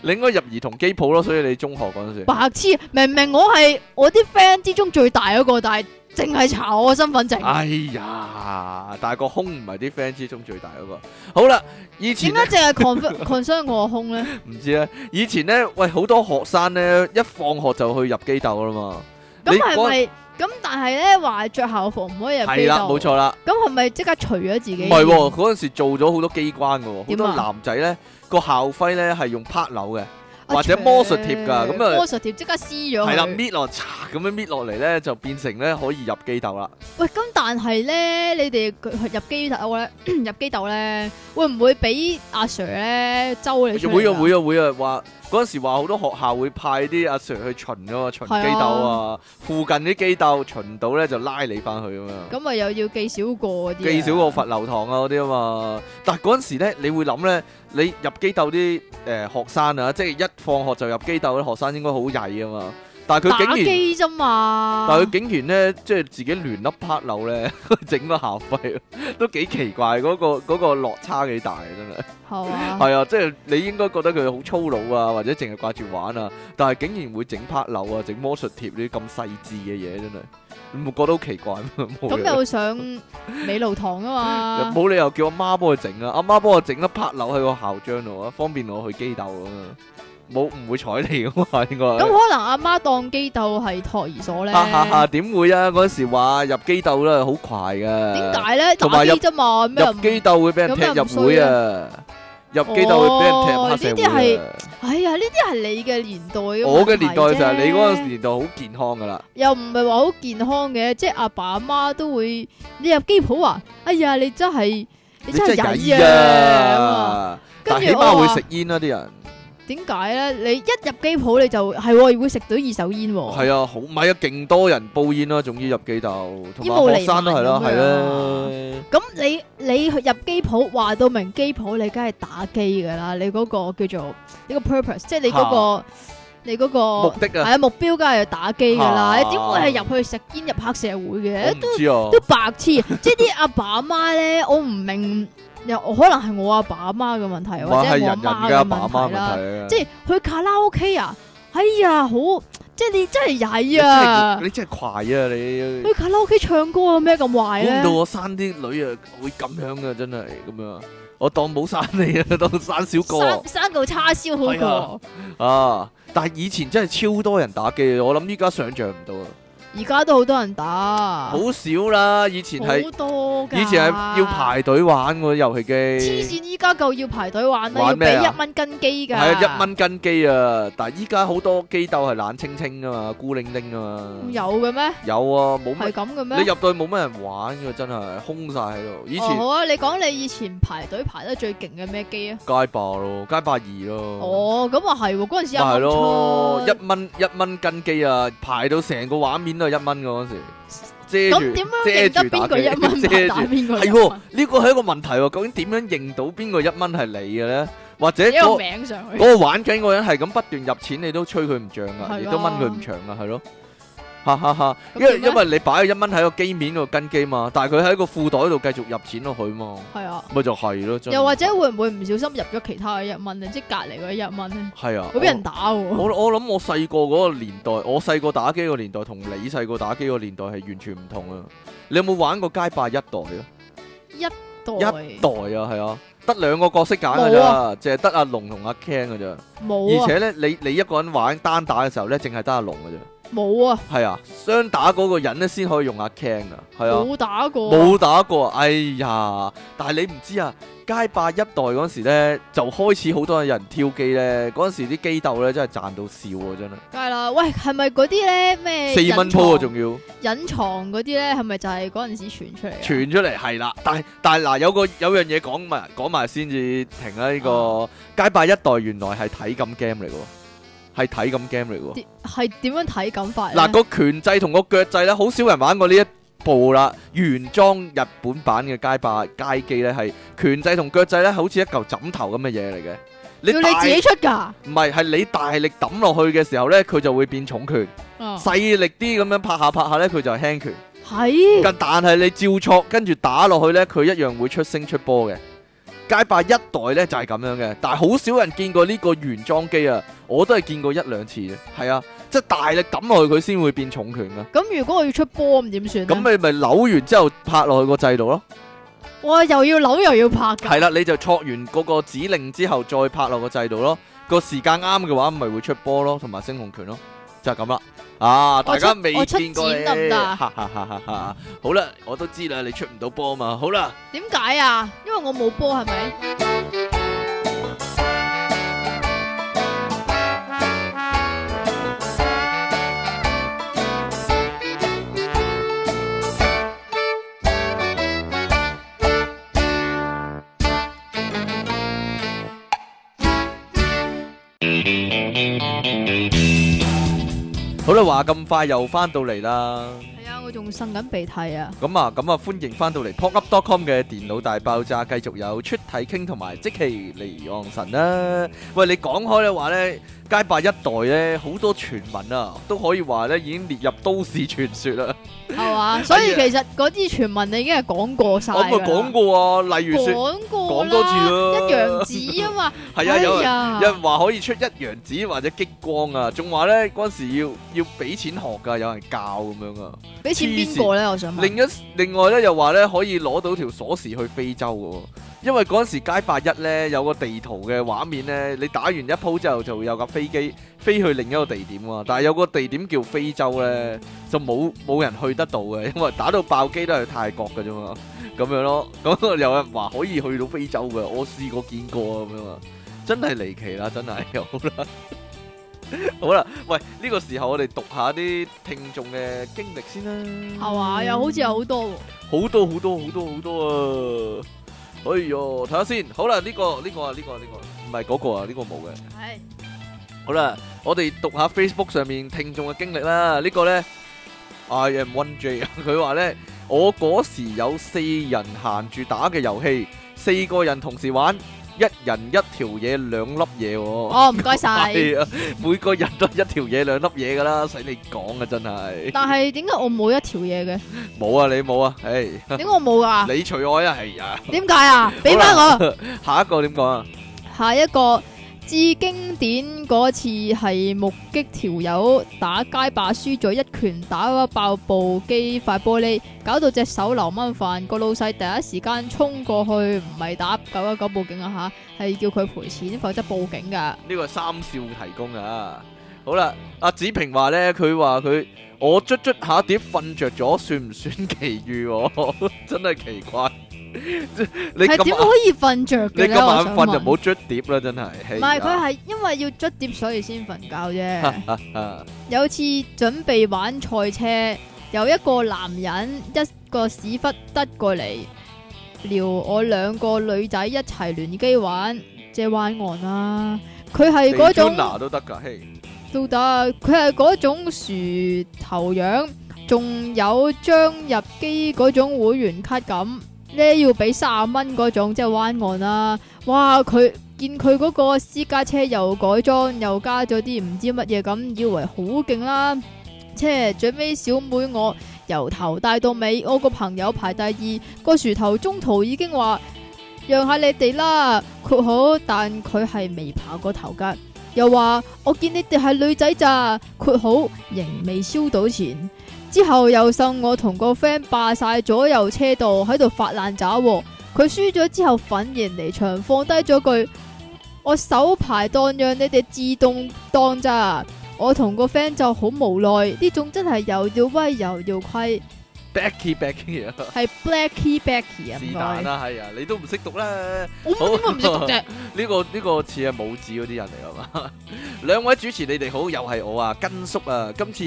Speaker 1: 你應該入兒童機鋪咯，所以你中學嗰陣時。
Speaker 2: 白痴，明明我係我啲 friend 之中最大嗰、個，但係淨係查我身份證。
Speaker 1: 哎呀，但係個胸唔係啲 friend 之中最大嗰個。好啦，以前
Speaker 2: 點啊
Speaker 1: 呢
Speaker 2: 解淨係 concern concern 我個胸咧？
Speaker 1: 唔知咧，以前咧，喂，好多學生咧，一放學就去入機鬥啦嘛。
Speaker 2: 咁
Speaker 1: 你
Speaker 2: 係
Speaker 1: 嗰
Speaker 2: 咪？咁但係咧話着校服唔可以入
Speaker 1: 係
Speaker 2: 機
Speaker 1: 啦，冇
Speaker 2: 鬥，
Speaker 1: 錯啦。
Speaker 2: 咁係咪即刻除咗自
Speaker 1: 唔
Speaker 2: 己？
Speaker 1: 係喎，嗰陣時做咗好多機關嘅喎，好
Speaker 2: 點啊
Speaker 1: 多男仔咧個校徽咧係用 part 紐嘅，
Speaker 2: 啊
Speaker 1: 或者魔術貼㗎咁啊
Speaker 2: 魔術貼即刻撕咗佢。
Speaker 1: 係啦，搣落嚓咁樣搣落嚟咧，就變成咧可以入機鬥啦。
Speaker 2: 喂，咁但係咧，你哋佢入機鬥咧， 入機鬥咧，會唔會俾阿 Sir 咧周你出哎嚟㗎？
Speaker 1: 會啊會啊會啊，話嗰陣時話好多學校會派啲阿 Sir 去巡噶嘛，巡機鬥啊，附近啲機鬥巡到咧就拉你翻去啊咁樣。
Speaker 2: 咁咪又要記少過嗰啲啊。
Speaker 1: 記少過罰留堂啊嗰啲啊嘛。但係嗰陣時咧，你會諗咧，你入機鬥啲誒學生啊，即係一放學就入機鬥啲學生應該好曳啊嘛。但係佢
Speaker 2: 打
Speaker 1: 竟然，
Speaker 2: 機啊啫嘛。
Speaker 1: 但係佢竟然咧，即係自己亂粒 part 漏咧， 整個校徽都幾奇怪，嗰、個嗰個落差幾大啊真係。
Speaker 2: 係嘛？
Speaker 1: 係啊，即係你應該覺得佢好粗魯啊，或者淨係掛住玩啊，但係竟然會整 part 漏啊，整魔術貼呢啲咁細緻嘅嘢，真係你唔覺得好奇怪咩？冇嘢
Speaker 2: 咁又上美勞堂 啊嘛，
Speaker 1: 冇理由叫阿媽幫佢整啊！阿媽幫我整粒拍樓喺個校章度啊，方便我去機鬥咁啊！冇唔會睬你噶嘛，應該。
Speaker 2: 咁可能阿媽當機鬥係托兒所咧，
Speaker 1: 哈哈哈！
Speaker 2: 點
Speaker 1: 點會啊？嗰陣時話入機鬥咧好快噶。
Speaker 2: 解咧？
Speaker 1: 同
Speaker 2: 打
Speaker 1: 埋
Speaker 2: 機
Speaker 1: 入
Speaker 2: 啫嘛，咩
Speaker 1: 入機鬥會俾人踢入會啊！入機鬥會俾人踢黑社會啊！
Speaker 2: 哎呀，呢啲係你嘅年代嘅問題啫，
Speaker 1: 我嘅年代就係你嗰個年代好健康噶啦，
Speaker 2: 又唔係話好健康嘅，即係阿爸阿媽都會你入機鋪啊，哎呀，你真係你真係曳啊！咁啊
Speaker 1: 啊！
Speaker 2: 跟
Speaker 1: 但
Speaker 2: 住
Speaker 1: 起
Speaker 2: 我
Speaker 1: 碼會
Speaker 2: 話
Speaker 1: 食煙啦啲人。
Speaker 2: 點解咧？你一入機鋪你就係喎會食到二手煙喎，
Speaker 1: 係啊，好唔係啊，勁多人煲煙啦，仲要入機鬥，同
Speaker 2: 煙霧
Speaker 1: 埋
Speaker 2: 瀰
Speaker 1: 學生都係啦，
Speaker 2: 漫
Speaker 1: 係
Speaker 2: 咁啊
Speaker 1: 啦。
Speaker 2: 咁你你去入機鋪話到明機鋪，你梗係打機噶啦，你嗰個叫做你個 purpose，即係你嗰、個你嗰、
Speaker 1: 目
Speaker 2: 個
Speaker 1: 的
Speaker 2: 係
Speaker 1: 啊，
Speaker 2: 啊目標，梗係打機噶啦，
Speaker 1: 嚇
Speaker 2: 你點會係入去食煙入黑社會
Speaker 1: 我
Speaker 2: 嘅？
Speaker 1: 唔知啊，
Speaker 2: 都 白痴，即係啲阿爸阿媽咧，我唔明，又可能係我阿爸阿媽嘅問題，
Speaker 1: 唔
Speaker 2: 或
Speaker 1: 係係
Speaker 2: 者係我
Speaker 1: 人人
Speaker 2: 阿
Speaker 1: 家
Speaker 2: 媽
Speaker 1: 爸媽
Speaker 2: 嘅問
Speaker 1: 問
Speaker 2: 題啦。
Speaker 1: 題啊，
Speaker 2: 即係去卡拉 OK 啊，哎呀，好，即係你真係
Speaker 1: 你
Speaker 2: 曳
Speaker 1: 真
Speaker 2: 啊
Speaker 1: 係！你真係快啊你！
Speaker 2: 去卡拉 OK 唱歌有咩咁壞
Speaker 1: 估唔
Speaker 2: 咧
Speaker 1: 到？我生啲女啊會咁樣嘅，真係咁樣啊。我當冇生你啊， 當生小個
Speaker 2: 生生嚿叉燒好
Speaker 1: 係啊
Speaker 2: 過。
Speaker 1: 啊！但係以前真係超多人打機，我諗依家想象唔到啊，
Speaker 2: 而家都好多人打，
Speaker 1: 好少啦。以前係
Speaker 2: 啊好多噶。
Speaker 1: 以前係要排隊玩喎遊戲
Speaker 2: 黐
Speaker 1: 機。
Speaker 2: 線，依家夠要排隊玩啦，
Speaker 1: 玩
Speaker 2: 要俾
Speaker 1: 咩啊
Speaker 2: 一蚊跟機
Speaker 1: 系
Speaker 2: 㗎。
Speaker 1: 啊，一。蚊斤機啊！但係依家好多機鬥係冷清清噶嘛，孤零零噶嘛。
Speaker 2: 有嘅咩？
Speaker 1: 有啊，冇
Speaker 2: 係
Speaker 1: 乜
Speaker 2: 咁嘅咩？
Speaker 1: 你入到去冇乜人玩嘅，真係空晒喺度。以前
Speaker 2: 哦好啊，你講你以前排隊排得最勁嘅咩機啊？
Speaker 1: 街霸咯，街霸二咯，
Speaker 2: 哦，咁啊係喎，嗰陣時
Speaker 1: 咪
Speaker 2: 有
Speaker 1: 係
Speaker 2: 冇
Speaker 1: 咯，
Speaker 2: 出
Speaker 1: 一蚊一蚊斤機啊，排到成個畫面都係一蚊嗰陣時，遮
Speaker 2: 咁點
Speaker 1: 住
Speaker 2: 樣認
Speaker 1: 遮
Speaker 2: 得
Speaker 1: 住
Speaker 2: 邊個
Speaker 1: 機
Speaker 2: 一 蚊
Speaker 1: 遮 住。
Speaker 2: 打邊個
Speaker 1: 係
Speaker 2: 一
Speaker 1: 喎
Speaker 2: 蚊？，
Speaker 1: 呢個係一個問題喎，究竟點樣認到邊個一蚊係你嘅咧？或者
Speaker 2: 寫個
Speaker 1: 嗰
Speaker 2: 名上
Speaker 1: 嗰
Speaker 2: 去。
Speaker 1: 個玩緊嗰個人係咁不斷入錢，你都吹佢唔漲噶，
Speaker 2: 係啊
Speaker 1: 亦都掹佢唔長噶，係咯。哈哈哈！
Speaker 2: 咁
Speaker 1: 因為
Speaker 2: 點咧
Speaker 1: 因為你擺咗一蚊喺個機面度跟機嘛，但係佢喺個褲袋度繼續入錢落去嘛，
Speaker 2: 係啊，
Speaker 1: 咪就係咯。真係
Speaker 2: 又或者會唔會唔小心入咗其他嘅一蚊咧？即係隔離嗰一蚊咧，
Speaker 1: 係啊，
Speaker 2: 會俾人打
Speaker 1: 我。
Speaker 2: 喎。
Speaker 1: 我我諗我細個嗰個年代，我細個打機個年代同你細個打機個年代係完全唔同啊！你有冇玩過街霸一代啊？
Speaker 2: 代
Speaker 1: 代啊，係啊，得兩個角色揀㗎
Speaker 2: 冇啊
Speaker 1: 咋，淨係得阿龍同阿 Ken 㗎咋。
Speaker 2: 冇
Speaker 1: 而
Speaker 2: 啊，
Speaker 1: 且咧，你你一個人玩單打嘅時候咧，淨係得阿龍㗎咋。
Speaker 2: 冇啊，
Speaker 1: 係啊，雙打嗰個人咧先可以用阿 Ken 啊，係啊，
Speaker 2: 冇打過啊。
Speaker 1: 冇打過啊，哎呀！但係你唔知啊，街霸一代嗰時咧，就開始好多人挑機咧，嗰陣時啲機鬥咧真係賺到笑啊，真係
Speaker 2: 梗係啦，喂，係咪嗰啲咧咩
Speaker 1: 四蚊鋪啊，仲要
Speaker 2: 隱藏嗰啲咧，係咪就係嗰陣時傳出嚟啊嘅？
Speaker 1: 傳出嚟係啦。但係但係嗱，有個有樣嘢講埋講埋先至停啊啦。呢個街霸一代原來係睇咁 game 嚟嘅喎，係睇咁 game 嚟嘅喎。
Speaker 2: 啲係點樣睇感法咧？啊
Speaker 1: 嗱，個拳制同個腳制咧，好少人玩過呢一部啦，原裝日本版嘅街霸街機咧，係拳掣同腳掣咧，好似一嚿枕頭咁嘅嘢嚟嘅。你
Speaker 2: 要你
Speaker 1: 大
Speaker 2: 自己出噶，
Speaker 1: 唔係係你大力抌落去嘅時候咧，佢就會變重拳；
Speaker 2: 啊
Speaker 1: 細力啲咁樣拍下拍下咧，佢就係輕拳。
Speaker 2: 係
Speaker 1: 但但係你照錯跟住打落去咧，佢一樣會出聲出波嘅。街霸一代咧就係、咁樣嘅，但係好少人見過呢個原裝機啊！我都係見過一兩次嘅，係啊，即係大力抌落去佢先會變重拳噶。
Speaker 2: 咁如果我要出波咁點算啊
Speaker 1: 咁
Speaker 2: 咧？
Speaker 1: 你咪扭完之後拍落去個掣度 咯，
Speaker 2: 我又要扭又要拍噶，
Speaker 1: 係啦，你就戳完嗰個指令之後再拍落個掣度咯。個時間啱嘅話，咪會出波咯，同埋星紅拳咯，就係咁啦。啊，大
Speaker 2: 我出
Speaker 1: 家未
Speaker 2: 我出
Speaker 1: 見過
Speaker 2: 剪
Speaker 1: 你，
Speaker 2: 得唔得啊
Speaker 1: 哈哈哈哈哈！好啦，我都知啦，你出唔到波嘛，好啦。
Speaker 2: 點解啊？因為我冇波係咪？
Speaker 1: 好啦，話咁快又翻到嚟啦，
Speaker 2: 係啊，我仲擤緊鼻涕啊！
Speaker 1: 咁啊，咁啊，歡迎翻到嚟 popup.com 嘅電腦大爆炸，繼續有出體傾同埋即其離岸神啦。喂，你講開嘅話咧，街霸一代咧好多傳聞啊，都可以話咧已經列入都市傳說啦。
Speaker 2: 係 嘛？所以
Speaker 1: 哎
Speaker 2: 其實嗰啲傳聞你已經係講過晒
Speaker 1: 我咪
Speaker 2: 㗎啦
Speaker 1: 講過啊，例如說
Speaker 2: 講過
Speaker 1: 講多次啦
Speaker 2: 啦，一陽指啊嘛，
Speaker 1: 係啊，有
Speaker 2: 哎
Speaker 1: 人
Speaker 2: 呀
Speaker 1: 有人話可以出一陽指或者激光啊，仲話咧嗰陣時要要俾錢學㗎，有人教咁樣啊。
Speaker 2: 俾錢邊個咧？我想問
Speaker 1: 另。一另外咧又話咧可以攞到條鎖匙去非洲嘅喎，因為嗰陣時街霸一咧有個地圖嘅畫面咧，你打完一鋪之後就會有架飛機飛去另一個地點啊，但係有個地點叫非洲咧就冇冇人去得到嘅，因為打到爆機都係去泰國嘅啫嘛，咁樣咯， 咁有人話可以去到非洲嘅，我試過見過啊咁樣啊，真係離奇啦，真係好啦。 好啦，喂，呢、個時候我哋讀下啲聽眾嘅經歷先啦。
Speaker 2: 係嘛？又好似有好多喎，
Speaker 1: 好多好多好多好多啊！哎唷，睇下先，好啦，呢、個呢、個啊，呢、個呢、個唔係嗰個啊，呢、個冇嘅。
Speaker 2: 係
Speaker 1: 好啦，我哋讀下 Facebook 上面聽眾嘅經歷啦。呢、個呢 I am One J，啊 佢話呢，我嗰時有四人閒住打嘅遊戲，四個人同時玩，一人一條嘢兩粒嘢喎。
Speaker 2: 哦，唔該晒。
Speaker 1: 係啊，每個人都係一條嘢兩粒嘢噶啦，使你講啊，真係。
Speaker 2: 但係點解我冇一條 嘢嘅？
Speaker 1: 冇啊，你冇啊，唉，
Speaker 2: 點解我冇噶？
Speaker 1: 你除外啊，係啊。
Speaker 2: 點解啊？俾翻
Speaker 1: 好
Speaker 2: 我
Speaker 1: 下一個點講啊？
Speaker 2: 下一個至經典嗰次係目擊條友打街霸輸咗，一拳打爆部機塊玻璃，搞到隻手流蚊飯。個老細第一時間衝過去，唔係打九一九報警啊吓，係叫佢賠錢，否則報警啊噶。
Speaker 1: 呢個係三少提供啊。好啦，阿子平話呢，佢話佢我捽捽下碟瞓着咗，算唔算奇遇喎？ 真係奇怪， 你
Speaker 2: 係
Speaker 1: 咁
Speaker 2: 點
Speaker 1: 晚
Speaker 2: 可以瞓着
Speaker 1: 你
Speaker 2: 嘅咧？
Speaker 1: 今晚
Speaker 2: 我
Speaker 1: 瞓
Speaker 2: 想
Speaker 1: 就
Speaker 2: 問
Speaker 1: 唔好捽碟啦，真係。哎
Speaker 2: 唔
Speaker 1: 唔
Speaker 2: 係，佢係因為要捽碟，所以先瞓覺啫。
Speaker 1: 啊 係啊，
Speaker 2: 有次準備玩賽車，有一個男人一個屎忽得過嚟，撩我兩個女仔一齊聯機玩，借玩岸啦。佢係嗰種
Speaker 1: 嗱都得㗎，嘿，
Speaker 2: 到底佢係嗰種薯頭樣，仲有將入機嗰種會員卡咁咧，要俾卅蚊嗰種，即係灣岸啦。哇！佢見佢嗰個私家車又改裝，又加咗啲唔知乜嘢咁，以為好勁啦。即係最尾小妹我由頭帶到尾，我個朋友排第二，個薯頭中途已經話讓下你哋啦，括好，但佢係未爬過頭噶。又話我見你哋係女仔咋，括好仍未燒到錢。之後又送我同個 friend 霸晒左右車道喺度發爛渣喎。佢輸咗之後憤然離場，放低咗句：我手牌檔讓你哋自動當咋。我同個 friend 就好無奈，呢種真係又要威又要虧，
Speaker 1: Becky Becky 啊，
Speaker 2: 係 Blacky Becky 啊
Speaker 1: 是
Speaker 2: 唔
Speaker 1: 但
Speaker 2: 該。
Speaker 1: 啦，係啊，你都唔識讀啦。
Speaker 2: 我
Speaker 1: 好
Speaker 2: 點解唔識讀啫？
Speaker 1: 呢、個呢、個似係 冇字嗰啲人嚟㗎嘛？兩位主持，你哋好，又係我啊，根叔啊，今次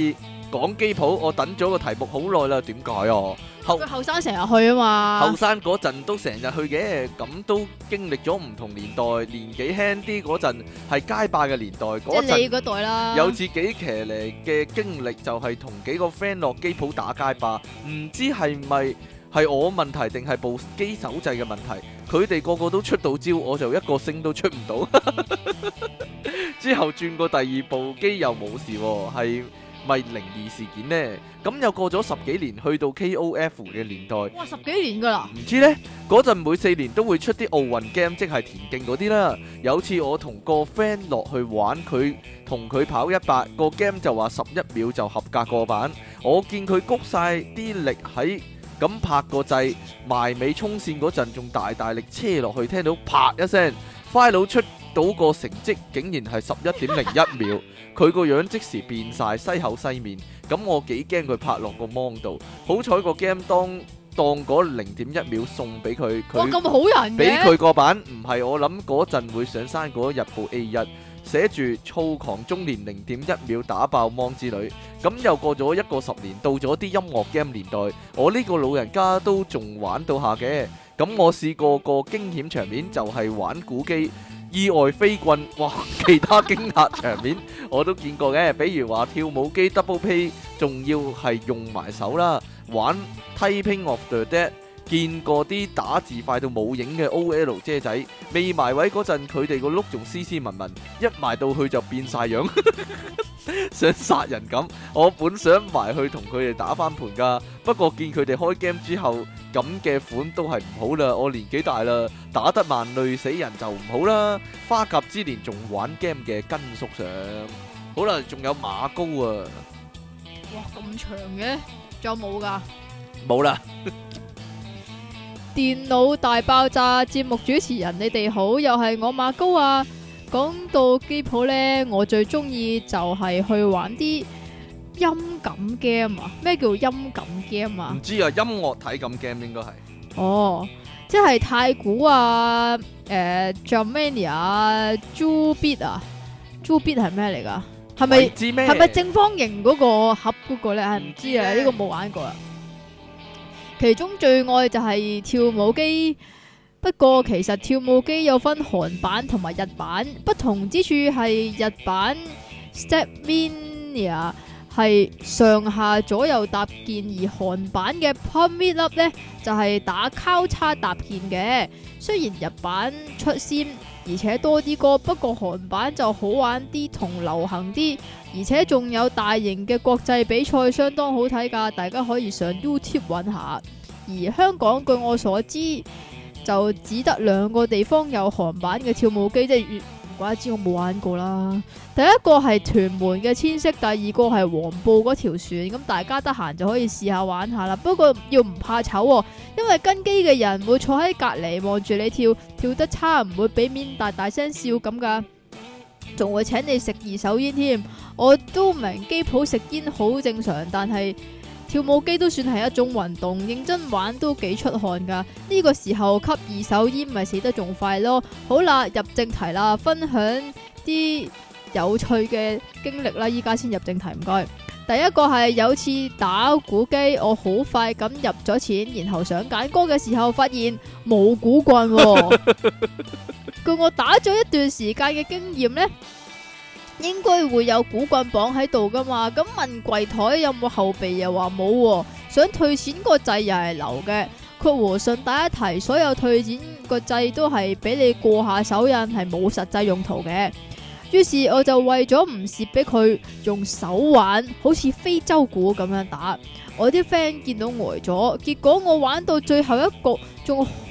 Speaker 1: 講機鋪，我等咗個題目好耐啦，點解啊？後
Speaker 2: 佢後生成日去啊嘛
Speaker 1: 後，生嗰陣都成日去嘅，咁都經歷咗唔同年代，年紀輕啲嗰陣係街霸嘅年代，
Speaker 2: 即
Speaker 1: 嗰
Speaker 2: 係
Speaker 1: 陣
Speaker 2: 你嗰代啦。
Speaker 1: 有自己騎呢嘅經歷，就係同幾個 friend 落機鋪打街霸，唔知係咪係我問題定係部機手掣嘅問題？佢哋個個都出到招，我就一個星都出唔到。之後轉過第二部機又冇事喎，係咪靈異事件呢？咁又過咗十幾年，去到 KOF 嘅年代。
Speaker 2: 哇，十幾年噶啦，
Speaker 1: 唔知呢，嗰陣每四年都會出啲奧運 game，即係田徑嗰啲啦。有次我同個 friend 落去玩，佢同佢跑一百個 game 就話十一秒就合格過版。我見佢谷晒啲力喺咁拍個掣，埋尾衝線嗰陣仲大大力車落去，聽到啪一聲，file 出到個成績竟然係十一點零一秒，佢個樣即時變晒西口西面。咁我幾驚佢拍落個 mon 度，好彩個 game 當當嗰零點一秒送俾佢，
Speaker 2: 哇
Speaker 1: 佢
Speaker 2: 咁好人
Speaker 1: 俾
Speaker 2: 嘅，
Speaker 1: 佢個版，唔係我諗嗰陣會上山嗰日報 A 一，寫住躁狂中年零點一秒打爆 mon 之類。咁又過咗一個十年，到咗啲音樂 game 年代，我呢個老人家都仲玩到下嘅。咁我試過個驚險場面就係玩古機。意外飛棍，哇！其他驚嚇場面我都見過嘅，比如話跳舞機 double pay，仲要係用埋手啦，玩 typing of the dead，見過啲打字快到冇影嘅 OL 姐仔，未埋位嗰陣佢哋個碌仲斯斯文文，一埋到去就變晒樣， 想殺人咁。我本想埋去同佢哋打翻盤㗎，不過見佢哋開 game 之後。咁嘅款都係唔好啦，我年紀大啦，打得慢累死人就唔好啦。花甲之年仲玩 game 嘅根叔上，好啦，仲有馬高啊，
Speaker 2: 哇咁長嘅，仲有冇㗎？
Speaker 1: 冇啦，
Speaker 2: 電腦大爆炸節目主持人，你哋好，又係我馬高啊！講到機鋪呢，我最中意就係去玩啲音感 game 啊！咩叫音感 game 啊
Speaker 1: 唔？知啊，音樂睇咁 game 應該係
Speaker 2: 哦，即係太古啊，誒 Germania 啊 j u b i t 啊 j u b i t 係咩嚟㗎？係咪
Speaker 1: 未知咩？
Speaker 2: 係咪正方形嗰個盒嗰個咧？係唔知
Speaker 1: 唔
Speaker 2: 啊，
Speaker 1: 知
Speaker 2: 呢
Speaker 1: 啊
Speaker 2: 個冇玩過啊。其中最愛就係跳舞機，不過其實跳舞機有分韓版同埋日版，不同之處係日版 Stepmania 係上下左右搭建，而韓版嘅 Pump It Up 咧就係、打交叉搭建嘅。雖然日版出先，而且多啲歌，不過韓版就好玩啲同流行啲。而且仲有大型嘅國際比賽，相當好睇㗎，大家可以上 YouTube 揾下。而香港據我所知，就只得兩個地方有韓版嘅跳舞機，即係越唔怪之我冇玩過啦。第一個係屯門嘅千色，第二個係黃埔嗰條船，咁大家得閒就可以試下玩下啦。不過要唔怕醜喎、因為跟機嘅人會坐喺隔離望住你跳，跳得差唔會俾面大大聲笑咁㗎，仲會請你食二手煙添。我都明機鋪食煙好正常，但係跳舞機都算係一種運動，認真玩都幾出汗噶。呢、個時候吸二手煙咪死得仲快咯。好啦，入正題啦，分享啲有趣嘅經歷啦。依家先入正題，唔該。第一個係有次打鼓機，我好快咁入咗錢，然後想揀歌嘅時候，發現冇鼓棍、喎。據我打咗一段時間嘅經驗呢。應該會有鼓棍綁喺度噶嘛，咁問櫃台有冇後備又話冇喎，想退錢個掣又係流嘅。括弧順帶一提，所有退錢個掣都係俾你過下手印，係冇實際用途嘅。於是我就為咗唔蝕俾佢，用手玩，好似非洲鼓咁樣打。我啲 friend 見到呆咗，結果我玩到最後一局，仲好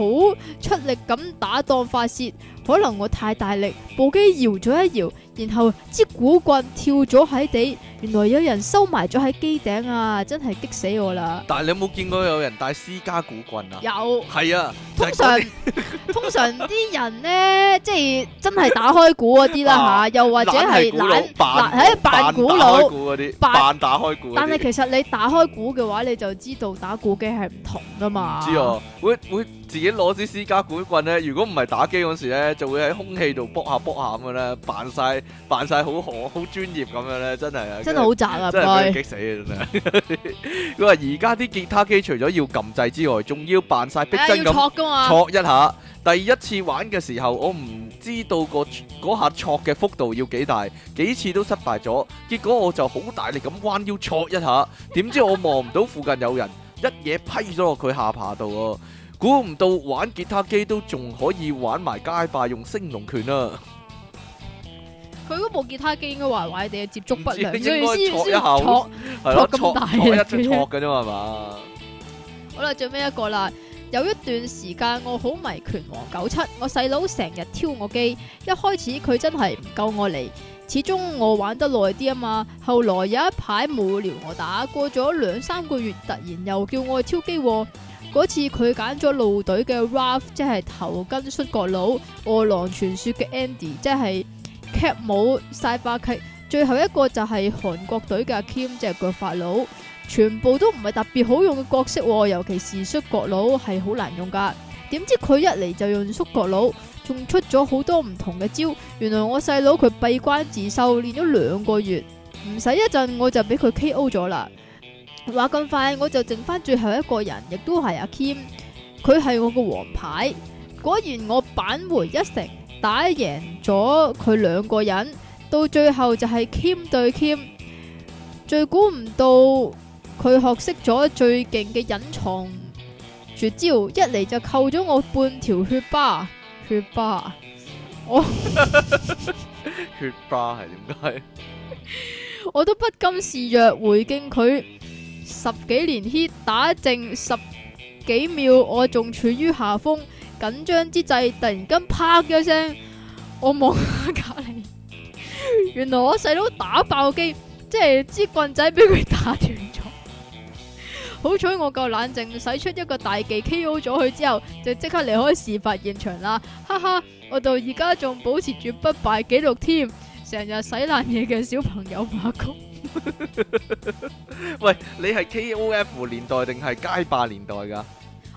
Speaker 2: 出力咁打當發泄，可能我太大力，部機搖咗一搖。然後支鼓棍跳咗喺地，原來有人收埋咗喺機頂啊！真係激死我啦！
Speaker 1: 但係你有冇見過有人帶私家鼓棍啊？
Speaker 2: 有
Speaker 1: 係啊，就
Speaker 2: 通
Speaker 1: 係
Speaker 2: 常
Speaker 1: 嗰啲
Speaker 2: 通常啲人呢，即係真係打開鼓嗰啲啦
Speaker 1: 啊
Speaker 2: 吓，又或者
Speaker 1: 懶係
Speaker 2: 係
Speaker 1: 鼓佬
Speaker 2: 懶
Speaker 1: 扮
Speaker 2: 懶喺扮鼓
Speaker 1: 打開
Speaker 2: 佬。
Speaker 1: 鼓嗰啲，
Speaker 2: 扮
Speaker 1: 扮打開鼓嗰啲。
Speaker 2: 但係其實你打開鼓嘅話，你就知道打鼓機係唔同噶嘛。
Speaker 1: 知啊，會會自己攞支私家鼓棍咧，如果唔係打機嗰時咧，就會喺空氣度卜下卜下咁樣咧，扮晒扮晒好可好專業咁樣咧，真係啊！
Speaker 2: 真係好窄啊！唔
Speaker 1: 真係俾人
Speaker 2: 該，
Speaker 1: 激死啊！真係。 佢話而家啲吉他機除咗要撳掣之外，仲要扮晒逼
Speaker 2: 啊
Speaker 1: 真
Speaker 2: 要
Speaker 1: 咁
Speaker 2: 戳噶嘛，
Speaker 1: 戳一下。第一次玩嘅時候，我唔知道個嗰下戳嘅幅度要幾大，幾次都失敗咗。結果我就好大力咁彎腰戳一下，點知我望唔到附近有人，一嘢批咗落佢下巴度啊！估唔到玩吉他機都仲可以玩埋街霸用升龍拳啊！
Speaker 2: 佢嗰部吉他機應該壞壞地，接觸不良，
Speaker 1: 唔知
Speaker 2: 所以先
Speaker 1: 應該戳一
Speaker 2: 先
Speaker 1: 下好
Speaker 2: 戳。
Speaker 1: 係咯，
Speaker 2: 戳咁
Speaker 1: 戳
Speaker 2: 大
Speaker 1: 戳一
Speaker 2: 力
Speaker 1: 隻
Speaker 2: 嘅
Speaker 1: 戳嘅啫嘛係嘛。
Speaker 2: 好啦，最尾一個啦。有一段時間我好迷拳王九七，我細佬成日挑我機，一開始佢真係唔夠我嚟，始終我玩得耐啲啊嘛。後來有一排冇撩我打，過咗兩三個月，突然又叫我挑機喎。嗰次佢揀咗路隊嘅 Ralph，即係頭巾摔角佬，餓狼傳說嘅 Andy，即係 Cap 帽晒巴劇，最後一個就係韓國隊嘅阿 Kim，即係腳法佬。全部都唔係特別好用嘅角色、喎，尤其是摔角佬係好難用噶。點知佢一嚟就用摔角佬，仲出咗好多唔同嘅招。原來我細佬佢閉關自修練咗兩個月，唔使一陣我就俾佢 K.O. 咗啦。話咁快我就剩翻最後一個人，亦都係阿 Kim，佢係我個王牌。果然我扳回一城，打贏咗佢兩個人，到最後就係 Kim 對 Kim。最估唔到佢學識咗最勁嘅隱藏絕招，一嚟就扣咗我半條血巴，血巴
Speaker 1: 血巴係點解？
Speaker 2: 我都不甘示弱，回敬佢十幾連 hit 打正十幾秒，我仲處於下風，緊張之際，突然間啪一聲，我望下隔離，原來我細佬打爆機，即係支棍仔俾佢打斷咗。好彩我夠冷靜，使出一個大技 K.O. 咗佢之後，就即刻離開事發現場啦！哈哈，我到而家仲保持住不敗紀錄添，成日洗爛嘢嘅小朋友馬谷。
Speaker 1: 喂，你係 KOF 年代定係街霸年代㗎？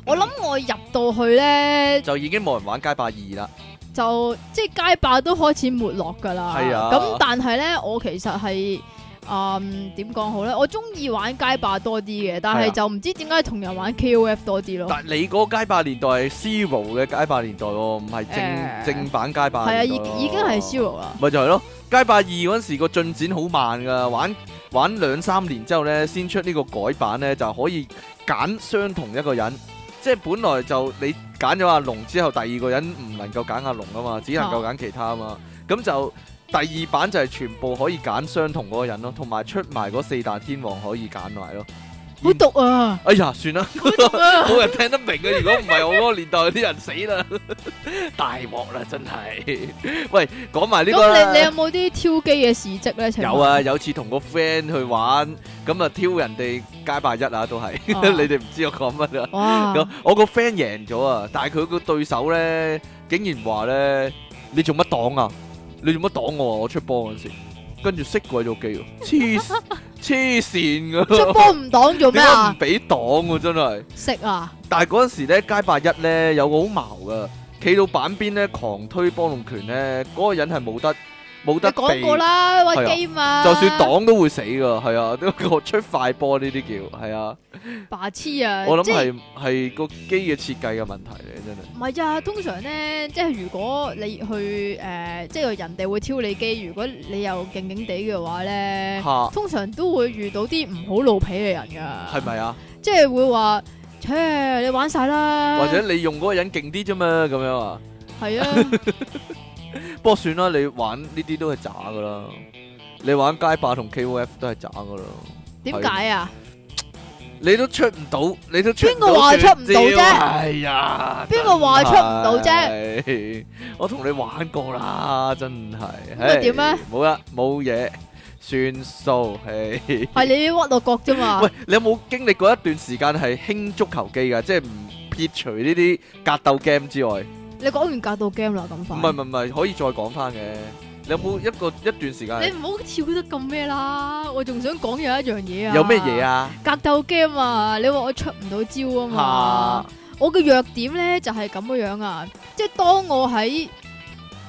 Speaker 2: 我諗我入到去咧，
Speaker 1: 就已經冇人玩街霸二啦。
Speaker 2: 就即係街霸都開始沒落噶啦。
Speaker 1: 係啊
Speaker 2: 咁但係咧，我其實係嗯點講好咧？我中意玩街霸多啲嘅，但
Speaker 1: 係啊
Speaker 2: 係就唔知點解同人玩 KOF 多啲咯。
Speaker 1: 但你嗰個街霸年代係 zero 嘅街霸年代喎，唔係正、
Speaker 2: 誒
Speaker 1: 正版街霸
Speaker 2: 係啊，已
Speaker 1: 年代喎
Speaker 2: 已經係 zero 啦。
Speaker 1: 咪就係咯，街霸二嗰陣時個進展好慢噶，玩玩兩三年之後呢，先出呢個改版呢，就可以揀相同一個人，即係本來就你揀咗阿龍之後，第二個人唔能夠揀阿龍啊嘛，只能夠揀其他啊嘛，咁就第二版就係全部可以揀相同嗰個人咯，同埋出埋嗰四大天王可以揀埋咯。
Speaker 2: 好毒啊！
Speaker 1: 哎呀，算啦。
Speaker 2: 好毒啊！
Speaker 1: 冇人聽得明嘅，如果唔係我嗰個年代啲人死 啦，大鑊啦，真係。喂，講埋呢個
Speaker 2: 咁你你有
Speaker 1: 啦。
Speaker 2: 冇啲挑機嘅事蹟咧？請問
Speaker 1: 有啊，，有次同個 friend 去玩，咁啊挑人哋街霸一啊，都係你
Speaker 2: 哦
Speaker 1: 哋唔知我講乜啊。
Speaker 2: 哇！
Speaker 1: 咁我個 friend 贏咗啊，但係佢個對手咧，竟然話咧：你做乜擋啊？你做乜擋我啊？我出波嗰時，跟住熄鬼咗機喎，黐黐線噶，
Speaker 2: 出波唔擋做
Speaker 1: 點
Speaker 2: 咩
Speaker 1: 解唔
Speaker 2: 啊？
Speaker 1: 俾擋喎？真係。
Speaker 2: 食啊！
Speaker 1: 但係嗰陣時咧，街霸一咧有個好矛噶，企到板邊咧狂推波動拳咧，嗰、個人係冇得冇
Speaker 2: 你
Speaker 1: 得
Speaker 2: 講過
Speaker 1: 避，
Speaker 2: 啦，
Speaker 1: 係啊
Speaker 2: 屈機嘛。
Speaker 1: 就算擋都會死噶，係啊， 都個出快波呢啲叫係啊，
Speaker 2: 白痴啊！
Speaker 1: 我諗
Speaker 2: 即係
Speaker 1: 係係個機嘅設計嘅問題嚟，真係。
Speaker 2: 唔係啊，通常咧，即係如果你去誒、呃即係人哋會挑你機，如果你又勁勁地嘅話咧，
Speaker 1: 嚇
Speaker 2: 通常都會遇到啲唔好老皮嘅人噶，
Speaker 1: 係咪啊？
Speaker 2: 即係會話，切你玩晒啦，
Speaker 1: 或者你用嗰個人勁啲啫嘛，咁樣啊？
Speaker 2: 係啊，
Speaker 1: 不過算啦，你玩呢啲都係渣噶啦，你玩街霸同 KOF 都係渣噶啦，
Speaker 2: 點解啊？
Speaker 1: 你都出唔到，你都出
Speaker 2: 邊個話出唔到啫
Speaker 1: 哎呀！
Speaker 2: 邊個話出唔到啫？
Speaker 1: 啫？我同你玩過啦，真係。
Speaker 2: 咁啊點咧？
Speaker 1: 冇啦，冇嘢，算數。嘿
Speaker 2: 係你屈落角啫嘛
Speaker 1: 喂，，你有冇經歷過一段時間係興足球機㗎？即係唔撇除呢啲格鬥 game 之外，唔
Speaker 2: 你講完格鬥 game 啦咁快，
Speaker 1: 係唔係唔係，可以再講翻嘅。你有冇一個一段時間
Speaker 2: 你
Speaker 1: 係
Speaker 2: 唔好跳得咁咩啦，我仲想講有一樣嘢啊，
Speaker 1: 有咩嘢？啊？
Speaker 2: 格鬥 game 啊，你話我出唔到招啊嘛
Speaker 1: 嚇。
Speaker 2: 我嘅弱點咧就係咁樣啊，即係當我喺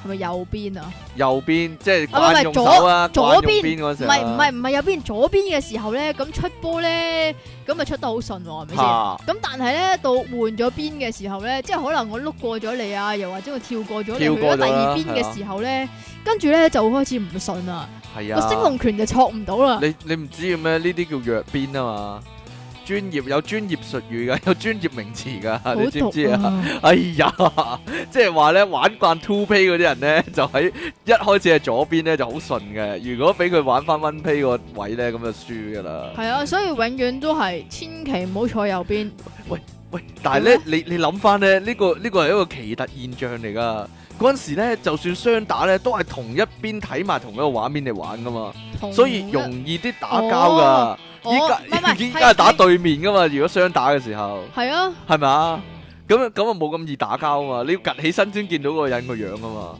Speaker 2: 係咪右邊啊？
Speaker 1: 右邊即係
Speaker 2: 啊唔係唔
Speaker 1: 慣
Speaker 2: 係
Speaker 1: 用
Speaker 2: 左
Speaker 1: 手啊，
Speaker 2: 左
Speaker 1: 慣用
Speaker 2: 邊
Speaker 1: 邊嗰
Speaker 2: 唔
Speaker 1: 陣
Speaker 2: 係唔係
Speaker 1: 唔
Speaker 2: 唔係右邊左邊嘅時候咧，咁出波咧，咁咪出得好順喎，係咪先？
Speaker 1: 嚇
Speaker 2: 咁但係咧，到換咗邊嘅時候咧，即係可能我碌過咗你啊，又或者我跳過咗你
Speaker 1: 跳
Speaker 2: 去
Speaker 1: 過
Speaker 2: 咗
Speaker 1: 咗
Speaker 2: 第
Speaker 1: 啦
Speaker 2: 二邊嘅時候咧，跟住咧就開始唔順啦，
Speaker 1: 係
Speaker 2: 個
Speaker 1: 啊，
Speaker 2: 升龍拳就錯唔到啦。
Speaker 1: 你你唔知嘅咩？呢啲叫弱邊啊嘛，專業有專業術語 噶，有專業名詞噶，你知唔知啊？
Speaker 2: 啊？
Speaker 1: 哎呀，即係話咧玩慣 two pay 嗰啲人咧， 就喺一開始係左邊咧就好順嘅，如果俾佢玩翻 one pay 個位咧，咁就輸噶啦。
Speaker 2: 係啊，所以永遠都係千祈唔好坐右邊。
Speaker 1: 喂，但係咧，你你諗翻咧，呢個呢個係一個奇特現象嚟噶。嗰陣時咧，就算雙打咧，都係同一邊睇埋同一個畫面嚟玩噶嘛，
Speaker 2: 同
Speaker 1: 所以容易啲打交噶。
Speaker 2: 我
Speaker 1: 依
Speaker 2: 哦唔係唔
Speaker 1: 家
Speaker 2: 係
Speaker 1: 依家係打
Speaker 2: 係
Speaker 1: 對面噶嘛，如果雙打嘅時候，
Speaker 2: 係啊，
Speaker 1: 係咪啊？咁咁啊冇咁易打交啊嘛，你要趌起身先見到嗰個人個樣啊嘛，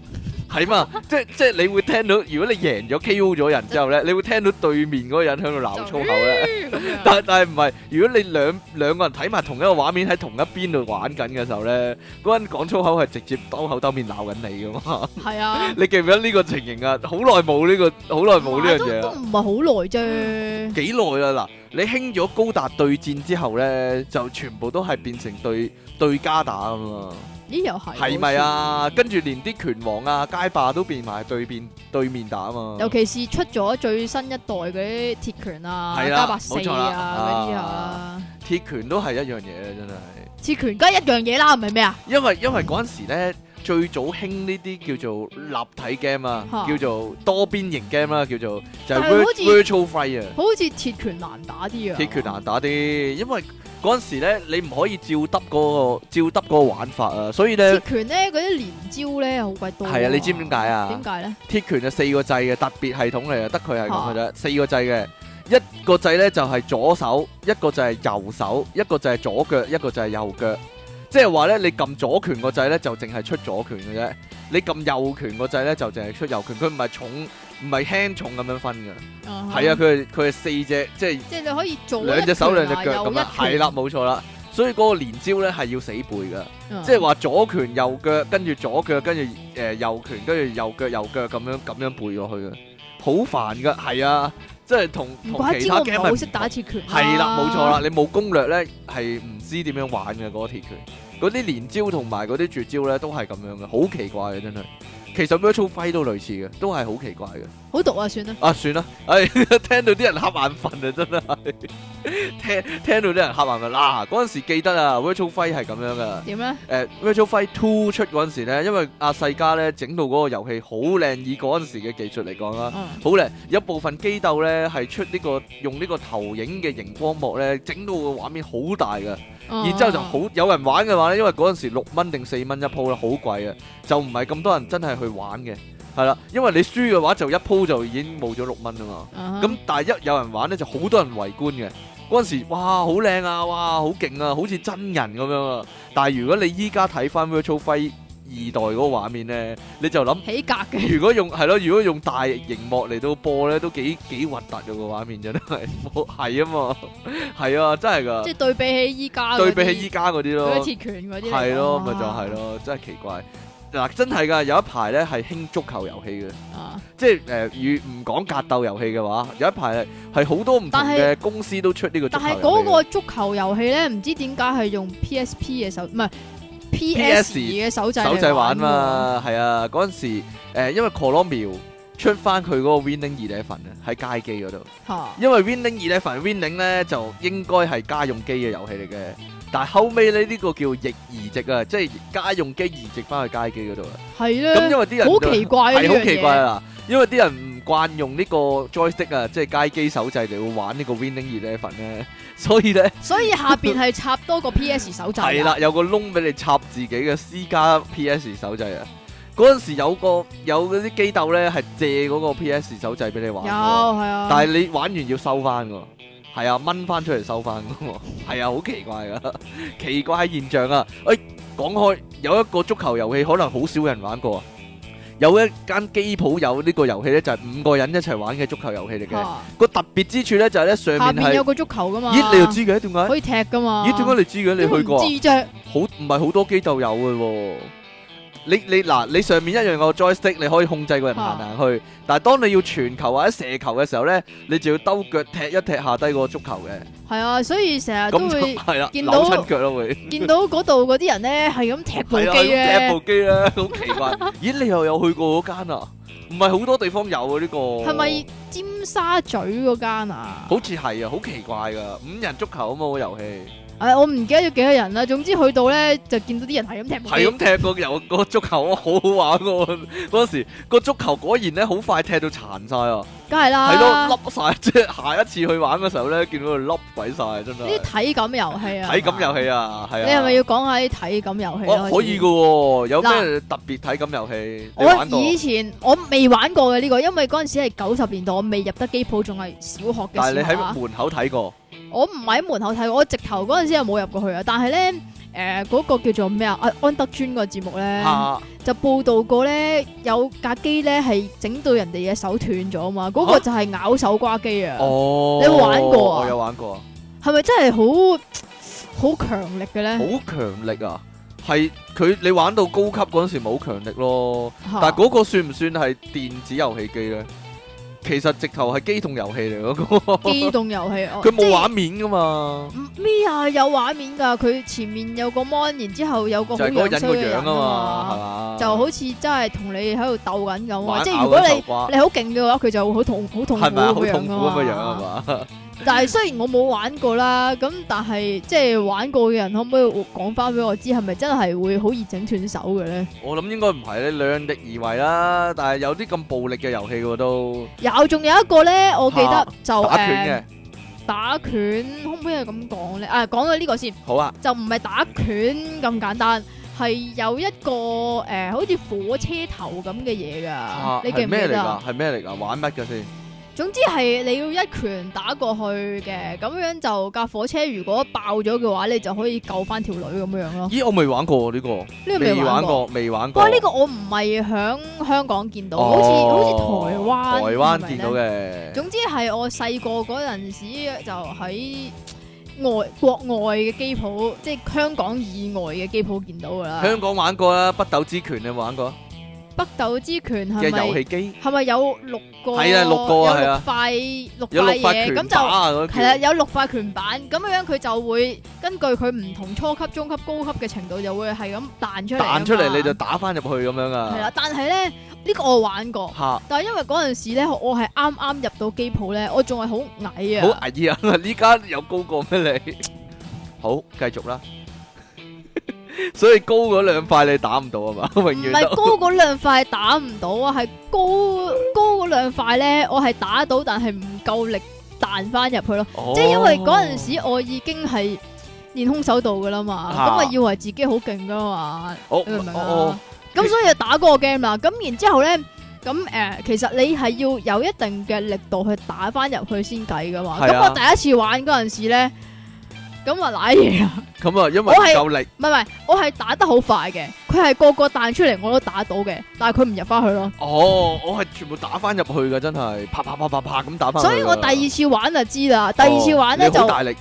Speaker 1: 係 嘛？即即係你會聽到，如果你贏咗 K.O. 咗人之後咧，你會聽到對面嗰個人喺度鬧粗口咧。
Speaker 2: 咧。
Speaker 1: 但但係唔係，如果你兩兩個人睇埋同一個畫面喺同一邊度玩緊嘅時候咧，嗰人講粗口係直接兜口兜面鬧緊你噶嘛？
Speaker 2: 係啊，
Speaker 1: 你記唔記得呢個情形啊？好耐冇呢個，好耐冇呢樣嘢
Speaker 2: 都都
Speaker 1: 啊！
Speaker 2: 唔係好耐啫。
Speaker 1: 幾耐啊啦嗱，你興咗高達對戰之後咧，就全部都係變成對對家打咁啊！
Speaker 2: 咦，又係
Speaker 1: 係咪？啊？跟住連啲拳王啊、街霸都變埋對面對面打啊嘛！
Speaker 2: 尤其是出咗最新一代嗰啲鐵拳啊、
Speaker 1: 係啦
Speaker 2: 加白四
Speaker 1: 冇錯啦
Speaker 2: 啊嗰啲啊，
Speaker 1: 鐵拳都係一樣嘢真係。
Speaker 2: 鐵拳梗係一樣嘢啦，唔係咩啊？
Speaker 1: 因為因為嗰陣時咧，最早興呢啲叫做立體 game 啊，
Speaker 2: 嚇
Speaker 1: 叫做多邊形 game 啦，叫做就係
Speaker 2: 但係好似
Speaker 1: vir- virtual fight 啊，
Speaker 2: 好似鐵拳難打啲啊，
Speaker 1: 鐵拳難打啲，因為嗰陣時咧你唔可以照得嗰、個照得嗰個玩法啊，所以
Speaker 2: 鐵
Speaker 1: 咧
Speaker 2: 拳咧，嗰啲連招咧好鬼多。
Speaker 1: 係啊，你知唔知點解？啊
Speaker 2: 點？解咧？
Speaker 1: 鐵拳就四個掣嘅特別系統嚟嘅，得佢係咁嘅啫，四個掣嘅，一個掣咧就係左手，一個就係右手，一個就係左腳，一個就係右腳。即係話咧，你撳左拳個掣咧就淨係出左拳嘅啫，你撳右拳個掣咧就淨係出右拳，佢唔係重唔係輕重咁樣分嘅，係
Speaker 2: 哦
Speaker 1: 啊，佢，係佢係四隻，即係
Speaker 2: 即係你可以做啊
Speaker 1: 兩隻手兩隻腳咁
Speaker 2: 咁
Speaker 1: 樣，係啦，，冇錯啦。所以嗰個連招咧係要死背㗎。
Speaker 2: 嗯
Speaker 1: 即係話左拳右腳，跟住左腳，跟住誒右拳，跟住右腳右腳咁樣咁樣背落去嘅，好煩噶，係啊，即係同
Speaker 2: 唔
Speaker 1: 同
Speaker 2: 怪
Speaker 1: 其
Speaker 2: 之我
Speaker 1: 他
Speaker 2: 唔係
Speaker 1: game
Speaker 2: 好
Speaker 1: 係
Speaker 2: 識打鐵拳。啊
Speaker 1: 係啦，冇錯啦，。你冇攻略咧係唔知點樣玩嘅嗰、個鐵拳，嗰啲連招同埋嗰啲絕招咧都係咁樣嘅，好奇怪嘅真係。其實 virtual fight 都類似嘅，都係好奇怪嘅。
Speaker 2: 好毒啊，算啦。
Speaker 1: 啊，算啦， 唉、聽到啲人瞌眼瞓啊，真係 聽聽到啲人瞌眼瞓。嗱、嗰陣時記得啊，virtual fight 係咁樣噶。
Speaker 2: 點咧？
Speaker 1: 誒呃 Virtual Fight Two 出嗰陣時咧，因為阿世嘉咧整到嗰個遊戲好靚，以嗰陣時嘅技術嚟講啦，
Speaker 2: 嗯，
Speaker 1: 好靚。有部分機鬥咧係出呢、個用呢個投影嘅熒光幕咧，整到個畫面好大㗎。
Speaker 2: 啊哦
Speaker 1: 然之後就好有人玩嘅話咧，因為嗰陣時六蚊定四蚊一鋪啦，好貴啊，就唔係咁多人真係去玩嘅。係啦，因為你輸嘅話就一鋪就已經冇咗六蚊啊嘛。
Speaker 2: 嗯。
Speaker 1: 咁但係一有人玩咧，就好多人圍觀嘅。嗰陣時，哇，好靚啊，哇，好勁啊，好似真人咁樣啊！但係如果你依家睇翻 Virtual Fight 二代嗰個畫面咧，你就諗，
Speaker 2: 起格嘅，
Speaker 1: 如果用係咯，如果用大熒幕嚟到播咧，都幾幾核突嘅個畫面真係， 冇係啊嘛，係啊，真係 㗎，
Speaker 2: 即係對比起依家嗰
Speaker 1: 對
Speaker 2: 啲，
Speaker 1: 比起依家嗰啲
Speaker 2: 嗰啲
Speaker 1: 咯，
Speaker 2: 鐵拳嗰啲嚟講，啊
Speaker 1: 係咯，咪就係咯，真係奇怪。嗱，真係㗎，有一排咧係興足球遊戲嘅。
Speaker 2: 啊。
Speaker 1: 即係誒，與唔講格鬥遊戲嘅話，有一排係好多唔同
Speaker 2: 但係
Speaker 1: 嘅公司都出呢個足球
Speaker 2: 但係
Speaker 1: 遊戲嘅。
Speaker 2: 嗰個足球遊戲咧，唔知點解係用 PSP 嘅手，唔係 PS 嘅手掣
Speaker 1: 手
Speaker 2: 掣
Speaker 1: 掣玩。嘛，係啊，嗰陣時誒、呃因為 Colombia 出翻佢嗰個 Winning Eleven 啊，喺街機嗰度。
Speaker 2: 嚇，
Speaker 1: 因為 Winning Eleven Winning 咧就應該係家用機嘅遊戲嚟嘅，但係後尾咧呢、個叫逆移植啊，即係家用機移植翻去街機嗰度啊。
Speaker 2: 係
Speaker 1: 咁
Speaker 2: 咧，
Speaker 1: 因為啲人
Speaker 2: 好
Speaker 1: 就
Speaker 2: 奇怪啊
Speaker 1: 係
Speaker 2: 呢
Speaker 1: 好
Speaker 2: 樣
Speaker 1: 奇怪
Speaker 2: 嘢。
Speaker 1: 啦，因為啲人唔慣用呢個 joystick 啊，即係街機手掣嚟玩呢個 Winning Eleven 咧， 所以咧
Speaker 2: 所以下邊係插多個 PS 手掣。啊
Speaker 1: 係啦，，有個窿俾你插自己嘅私家 PS 手掣啊。嗰陣時有個有嗰啲機鬥咧係借嗰個 PS 手掣俾你玩
Speaker 2: 有係
Speaker 1: 喎，
Speaker 2: 啊。
Speaker 1: 但係你玩完要收翻㗎，係啊，掹翻出嚟收翻㗎喎， 係啊，好奇怪㗎， 奇怪現象啊！誒、講開有一個足球遊戲可能好少人玩過啊，有一間機鋪有呢個遊戲咧，就係、五個人一齊玩嘅足球遊戲嚟嘅。
Speaker 2: 嚇
Speaker 1: 個特別之處咧就係、咧上
Speaker 2: 哦下
Speaker 1: 面
Speaker 2: 面
Speaker 1: 係
Speaker 2: 有，個足球噶嘛。
Speaker 1: 咦你又知嘅點解？
Speaker 2: 可以踢噶嘛？
Speaker 1: 咦點解你知嘅？你去過啊
Speaker 2: 點會唔知啫？
Speaker 1: 好唔係好多機鬥有嘅喎。你你嗱，你上面一樣有個 joystick，你可以控制個人
Speaker 2: 啊
Speaker 1: 行行去。但係當你要傳球或者射球嘅時候咧，你就要兜腳踢一踢下低個足球嘅，
Speaker 2: 系啊，所以成日都
Speaker 1: 咁就
Speaker 2: 會
Speaker 1: 係啦，
Speaker 2: 見
Speaker 1: 扭
Speaker 2: 到
Speaker 1: 親腳咯 會。
Speaker 2: 見到嗰度嗰啲人咧係咁踢部
Speaker 1: 係啊，
Speaker 2: 機
Speaker 1: 咁
Speaker 2: 咧，
Speaker 1: 踢部機啦， 好奇怪。咦，你又有去過嗰間啊？唔係好多地方有啊呢個。
Speaker 2: 係咪尖沙咀嗰間啊？
Speaker 1: 好似係啊，好奇怪噶，五人足球啊嘛個遊戲，
Speaker 2: 唉，我唔記得咗幾多人啦。總之去到咧就見到啲人係咁踢部
Speaker 1: 係
Speaker 2: 機，
Speaker 1: 咁踢個遊個足球，我好好玩喎。嗰時個足球果然咧好快踢到殘晒啊，
Speaker 2: 梗係
Speaker 1: 係
Speaker 2: 啦。
Speaker 1: 咯，凹晒。即係下一次去玩嘅時候咧，見到佢凹鬼晒，真
Speaker 2: 呢
Speaker 1: 係。
Speaker 2: 啲體感遊戲啊，
Speaker 1: 體感遊戲啊，係啊。
Speaker 2: 係嘛，你係咪要講下啲體感遊戲啊
Speaker 1: 哦？
Speaker 2: 咧？
Speaker 1: 可以噶喎，有
Speaker 2: 嗱
Speaker 1: 咩特別體感遊戲？你
Speaker 2: 我
Speaker 1: 玩過？
Speaker 2: 以前我未玩過嘅呢個，因為嗰陣時係九十年代，我未入得機鋪，仲係小學嘅時候
Speaker 1: 但係
Speaker 2: 啊。
Speaker 1: 你喺門口睇過，
Speaker 2: 我唔喺門口睇，我直頭嗰陣時又冇入過去啊。但係咧，誒、嗰、個叫做咩啊？啊安德尊個節目咧，
Speaker 1: 嚇
Speaker 2: 就報導過咧，有架機咧係整到人哋嘅手斷咗啊嘛。嗰、個
Speaker 1: 啊
Speaker 2: 就係咬手瓜機啊。
Speaker 1: 哦，
Speaker 2: 你有冇玩過啊
Speaker 1: 我有玩過啊。
Speaker 2: 係咪真係好好強力嘅咧？
Speaker 1: 好強力啊！係佢你玩到高級嗰陣時冇強力咯，但係
Speaker 2: 嚇
Speaker 1: 嗰個算唔算係電子遊戲機咧？其實直頭係機動遊戲嚟嗰個，
Speaker 2: 機動 遊戲，
Speaker 1: 佢
Speaker 2: 佢
Speaker 1: 冇畫面噶嘛，
Speaker 2: 咩啊？有畫面㗎，佢前面有個 mon，然之後有個
Speaker 1: 就
Speaker 2: 好
Speaker 1: 係嗰個
Speaker 2: 樣
Speaker 1: 人
Speaker 2: 衰
Speaker 1: 個
Speaker 2: 嘅
Speaker 1: 樣
Speaker 2: 人
Speaker 1: 啊嘛，係嘛？
Speaker 2: 就好似真係同你喺度鬥緊咁啊！
Speaker 1: 玩
Speaker 2: 即係
Speaker 1: 咬
Speaker 2: 如果
Speaker 1: 緊
Speaker 2: 你
Speaker 1: 手瓜
Speaker 2: 你好勁嘅話，佢就會好痛好痛苦
Speaker 1: 係咪啊？好
Speaker 2: 咁
Speaker 1: 痛苦咁嘅樣
Speaker 2: 樣
Speaker 1: 係
Speaker 2: 啊嘛。
Speaker 1: 嘛？
Speaker 2: 但係雖然我冇玩過啦，咁但係即係玩過嘅人可唔可以講翻俾我知，係咪真係會好易整斷手嘅咧？
Speaker 1: 我諗應該唔係咧，量力而為啦。但係有啲咁暴力嘅遊戲喎都
Speaker 2: 有，仲有一個咧，我記得
Speaker 1: 嚇
Speaker 2: 就
Speaker 1: 打
Speaker 2: 誒
Speaker 1: 拳
Speaker 2: 打拳，可唔可以咁講咧？啊，講到呢個先，
Speaker 1: 嘅，好啊，
Speaker 2: 就唔係打拳咁簡單。係有一個誒、好似火車頭咁嘅嘢
Speaker 1: 嚇
Speaker 2: 㗎，你記
Speaker 1: 係
Speaker 2: 唔
Speaker 1: 咩
Speaker 2: 記
Speaker 1: 嚟
Speaker 2: 得啊哦
Speaker 1: 㗎？？係咩嚟㗎？玩乜嘅先？
Speaker 2: 總之係你要一拳打過去嘅，咁樣就架火車如果爆咗嘅話，你就可以救翻條女咁樣咯。
Speaker 1: 咦，我未玩過喎呢個。
Speaker 2: 呢個
Speaker 1: 未
Speaker 2: 玩
Speaker 1: 玩
Speaker 2: 過。
Speaker 1: 過，未玩
Speaker 2: 不
Speaker 1: 過。
Speaker 2: 過呢個我唔係響香港見到，好似好似台
Speaker 1: 哦
Speaker 2: 灣
Speaker 1: 台灣見
Speaker 2: 見
Speaker 1: 到。嘅。
Speaker 2: 總之係我細個嗰陣時就喺外國外嘅機鋪，即係香港以外嘅機鋪見到㗎啦。
Speaker 1: 香港玩過啦，北斗之拳你有冇玩過
Speaker 2: 北斗之拳
Speaker 1: 嘅
Speaker 2: 係
Speaker 1: 遊
Speaker 2: 咪
Speaker 1: 戲機？
Speaker 2: 係咪有六個？
Speaker 1: 係啊六個啊係啊
Speaker 2: 有
Speaker 1: 有六
Speaker 2: 六塊
Speaker 1: 塊
Speaker 2: 六塊嘢
Speaker 1: 拳
Speaker 2: 咁就
Speaker 1: 打。啊，嗰
Speaker 2: 係啦，
Speaker 1: 啲
Speaker 2: 有六塊拳板咁樣，佢就會根據佢唔同初級、中級、高級嘅程度，就會係咁彈出嚟。
Speaker 1: 彈出嚟你就打翻入去咁樣
Speaker 2: 啊係
Speaker 1: 啊。
Speaker 2: 啦，但係咧呢個我玩過，
Speaker 1: 嚇，好
Speaker 2: 但係因為嗰陣時咧，我係啱啱入到機鋪咧，我仲係好矮啊，
Speaker 1: 矮啊！呢家有高過咩你？ 好，繼續啦。 所以高嗰兩塊你打唔到啊嘛， 永
Speaker 2: 唔
Speaker 1: 遠
Speaker 2: 係
Speaker 1: 都
Speaker 2: 高嗰兩塊打唔到啊，係高高嗰兩塊咧，我係打到，但係唔夠力彈翻入去咯。
Speaker 1: 哦
Speaker 2: 即係因為嗰陣時我已經係練空手道噶啦嘛，
Speaker 1: 啊
Speaker 2: 咁我以為自己好勁噶嘛。
Speaker 1: 哦
Speaker 2: 你明唔明
Speaker 1: 哦
Speaker 2: 啊？咁所以就打嗰個 game 啦。咁然之後咧，咁誒、呃其實你係要有一定嘅力度去打翻入去先計噶嘛。
Speaker 1: 係
Speaker 2: 咁、
Speaker 1: 啊
Speaker 2: 我第一次玩嗰陣時咧，咁啊賴嘢啊！
Speaker 1: 哦咁啊，因為
Speaker 2: 我
Speaker 1: 唔
Speaker 2: 係
Speaker 1: 夠力
Speaker 2: 唔係唔係，我係打得好快嘅，佢係個個彈出嚟我都打到嘅，但係佢唔入翻去咯。
Speaker 1: 哦，我係全部打翻入去嘅，真係啪啪啪啪啪咁打翻。
Speaker 2: 所以我第二次玩就知啦，第二次玩咧
Speaker 1: 哦你好
Speaker 2: 就
Speaker 1: 大力。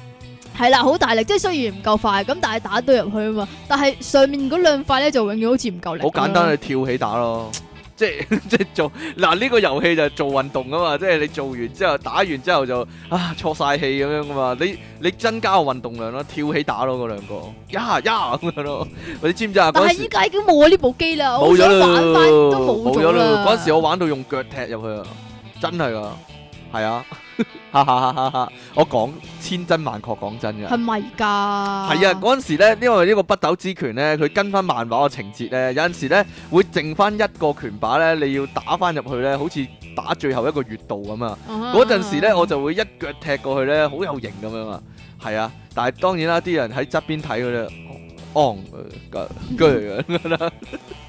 Speaker 2: 係啦，好大力，即係雖然唔夠快，咁但係打到入去啊嘛。但係上面嗰兩塊咧就永遠好似唔夠力。
Speaker 1: 好簡單，你，啊跳起打咯，即係 即係做嗱呢、個遊戲就係做運動啊嘛，即係你做完之後打完之後就啊錯晒氣咁樣噶嘛，你你增加個運動量咯，跳起打咯嗰兩個，呀呀咁樣咯，你知唔知啊？
Speaker 2: 但
Speaker 1: 嗰
Speaker 2: 係
Speaker 1: 時
Speaker 2: 依家已經冇咗呢部機啦，我
Speaker 1: 冇咗
Speaker 2: 想
Speaker 1: 啦
Speaker 2: 玩翻都
Speaker 1: 冇
Speaker 2: 冇
Speaker 1: 咗
Speaker 2: 咗
Speaker 1: 啦，
Speaker 2: 啦。
Speaker 1: 嗰陣時我玩到用腳踢入去啊，真係噶，係啊， 哈哈哈哈哈！我講千真萬確講真嘅。
Speaker 2: 係咪㗎？係
Speaker 1: 係啊，嗰陣時咧，因為呢個北斗之拳咧，佢跟翻漫畫嘅情節咧，有陣時咧會剩翻一個拳靶咧，你要打翻入去咧，好似打最後一個月度咁啊！嗰陣時咧，我就會一腳踢過去咧，好有型咁樣啊！係啊，但係當然啦，啲人喺側邊睇嗰啲，昂誒鋸咁樣啦，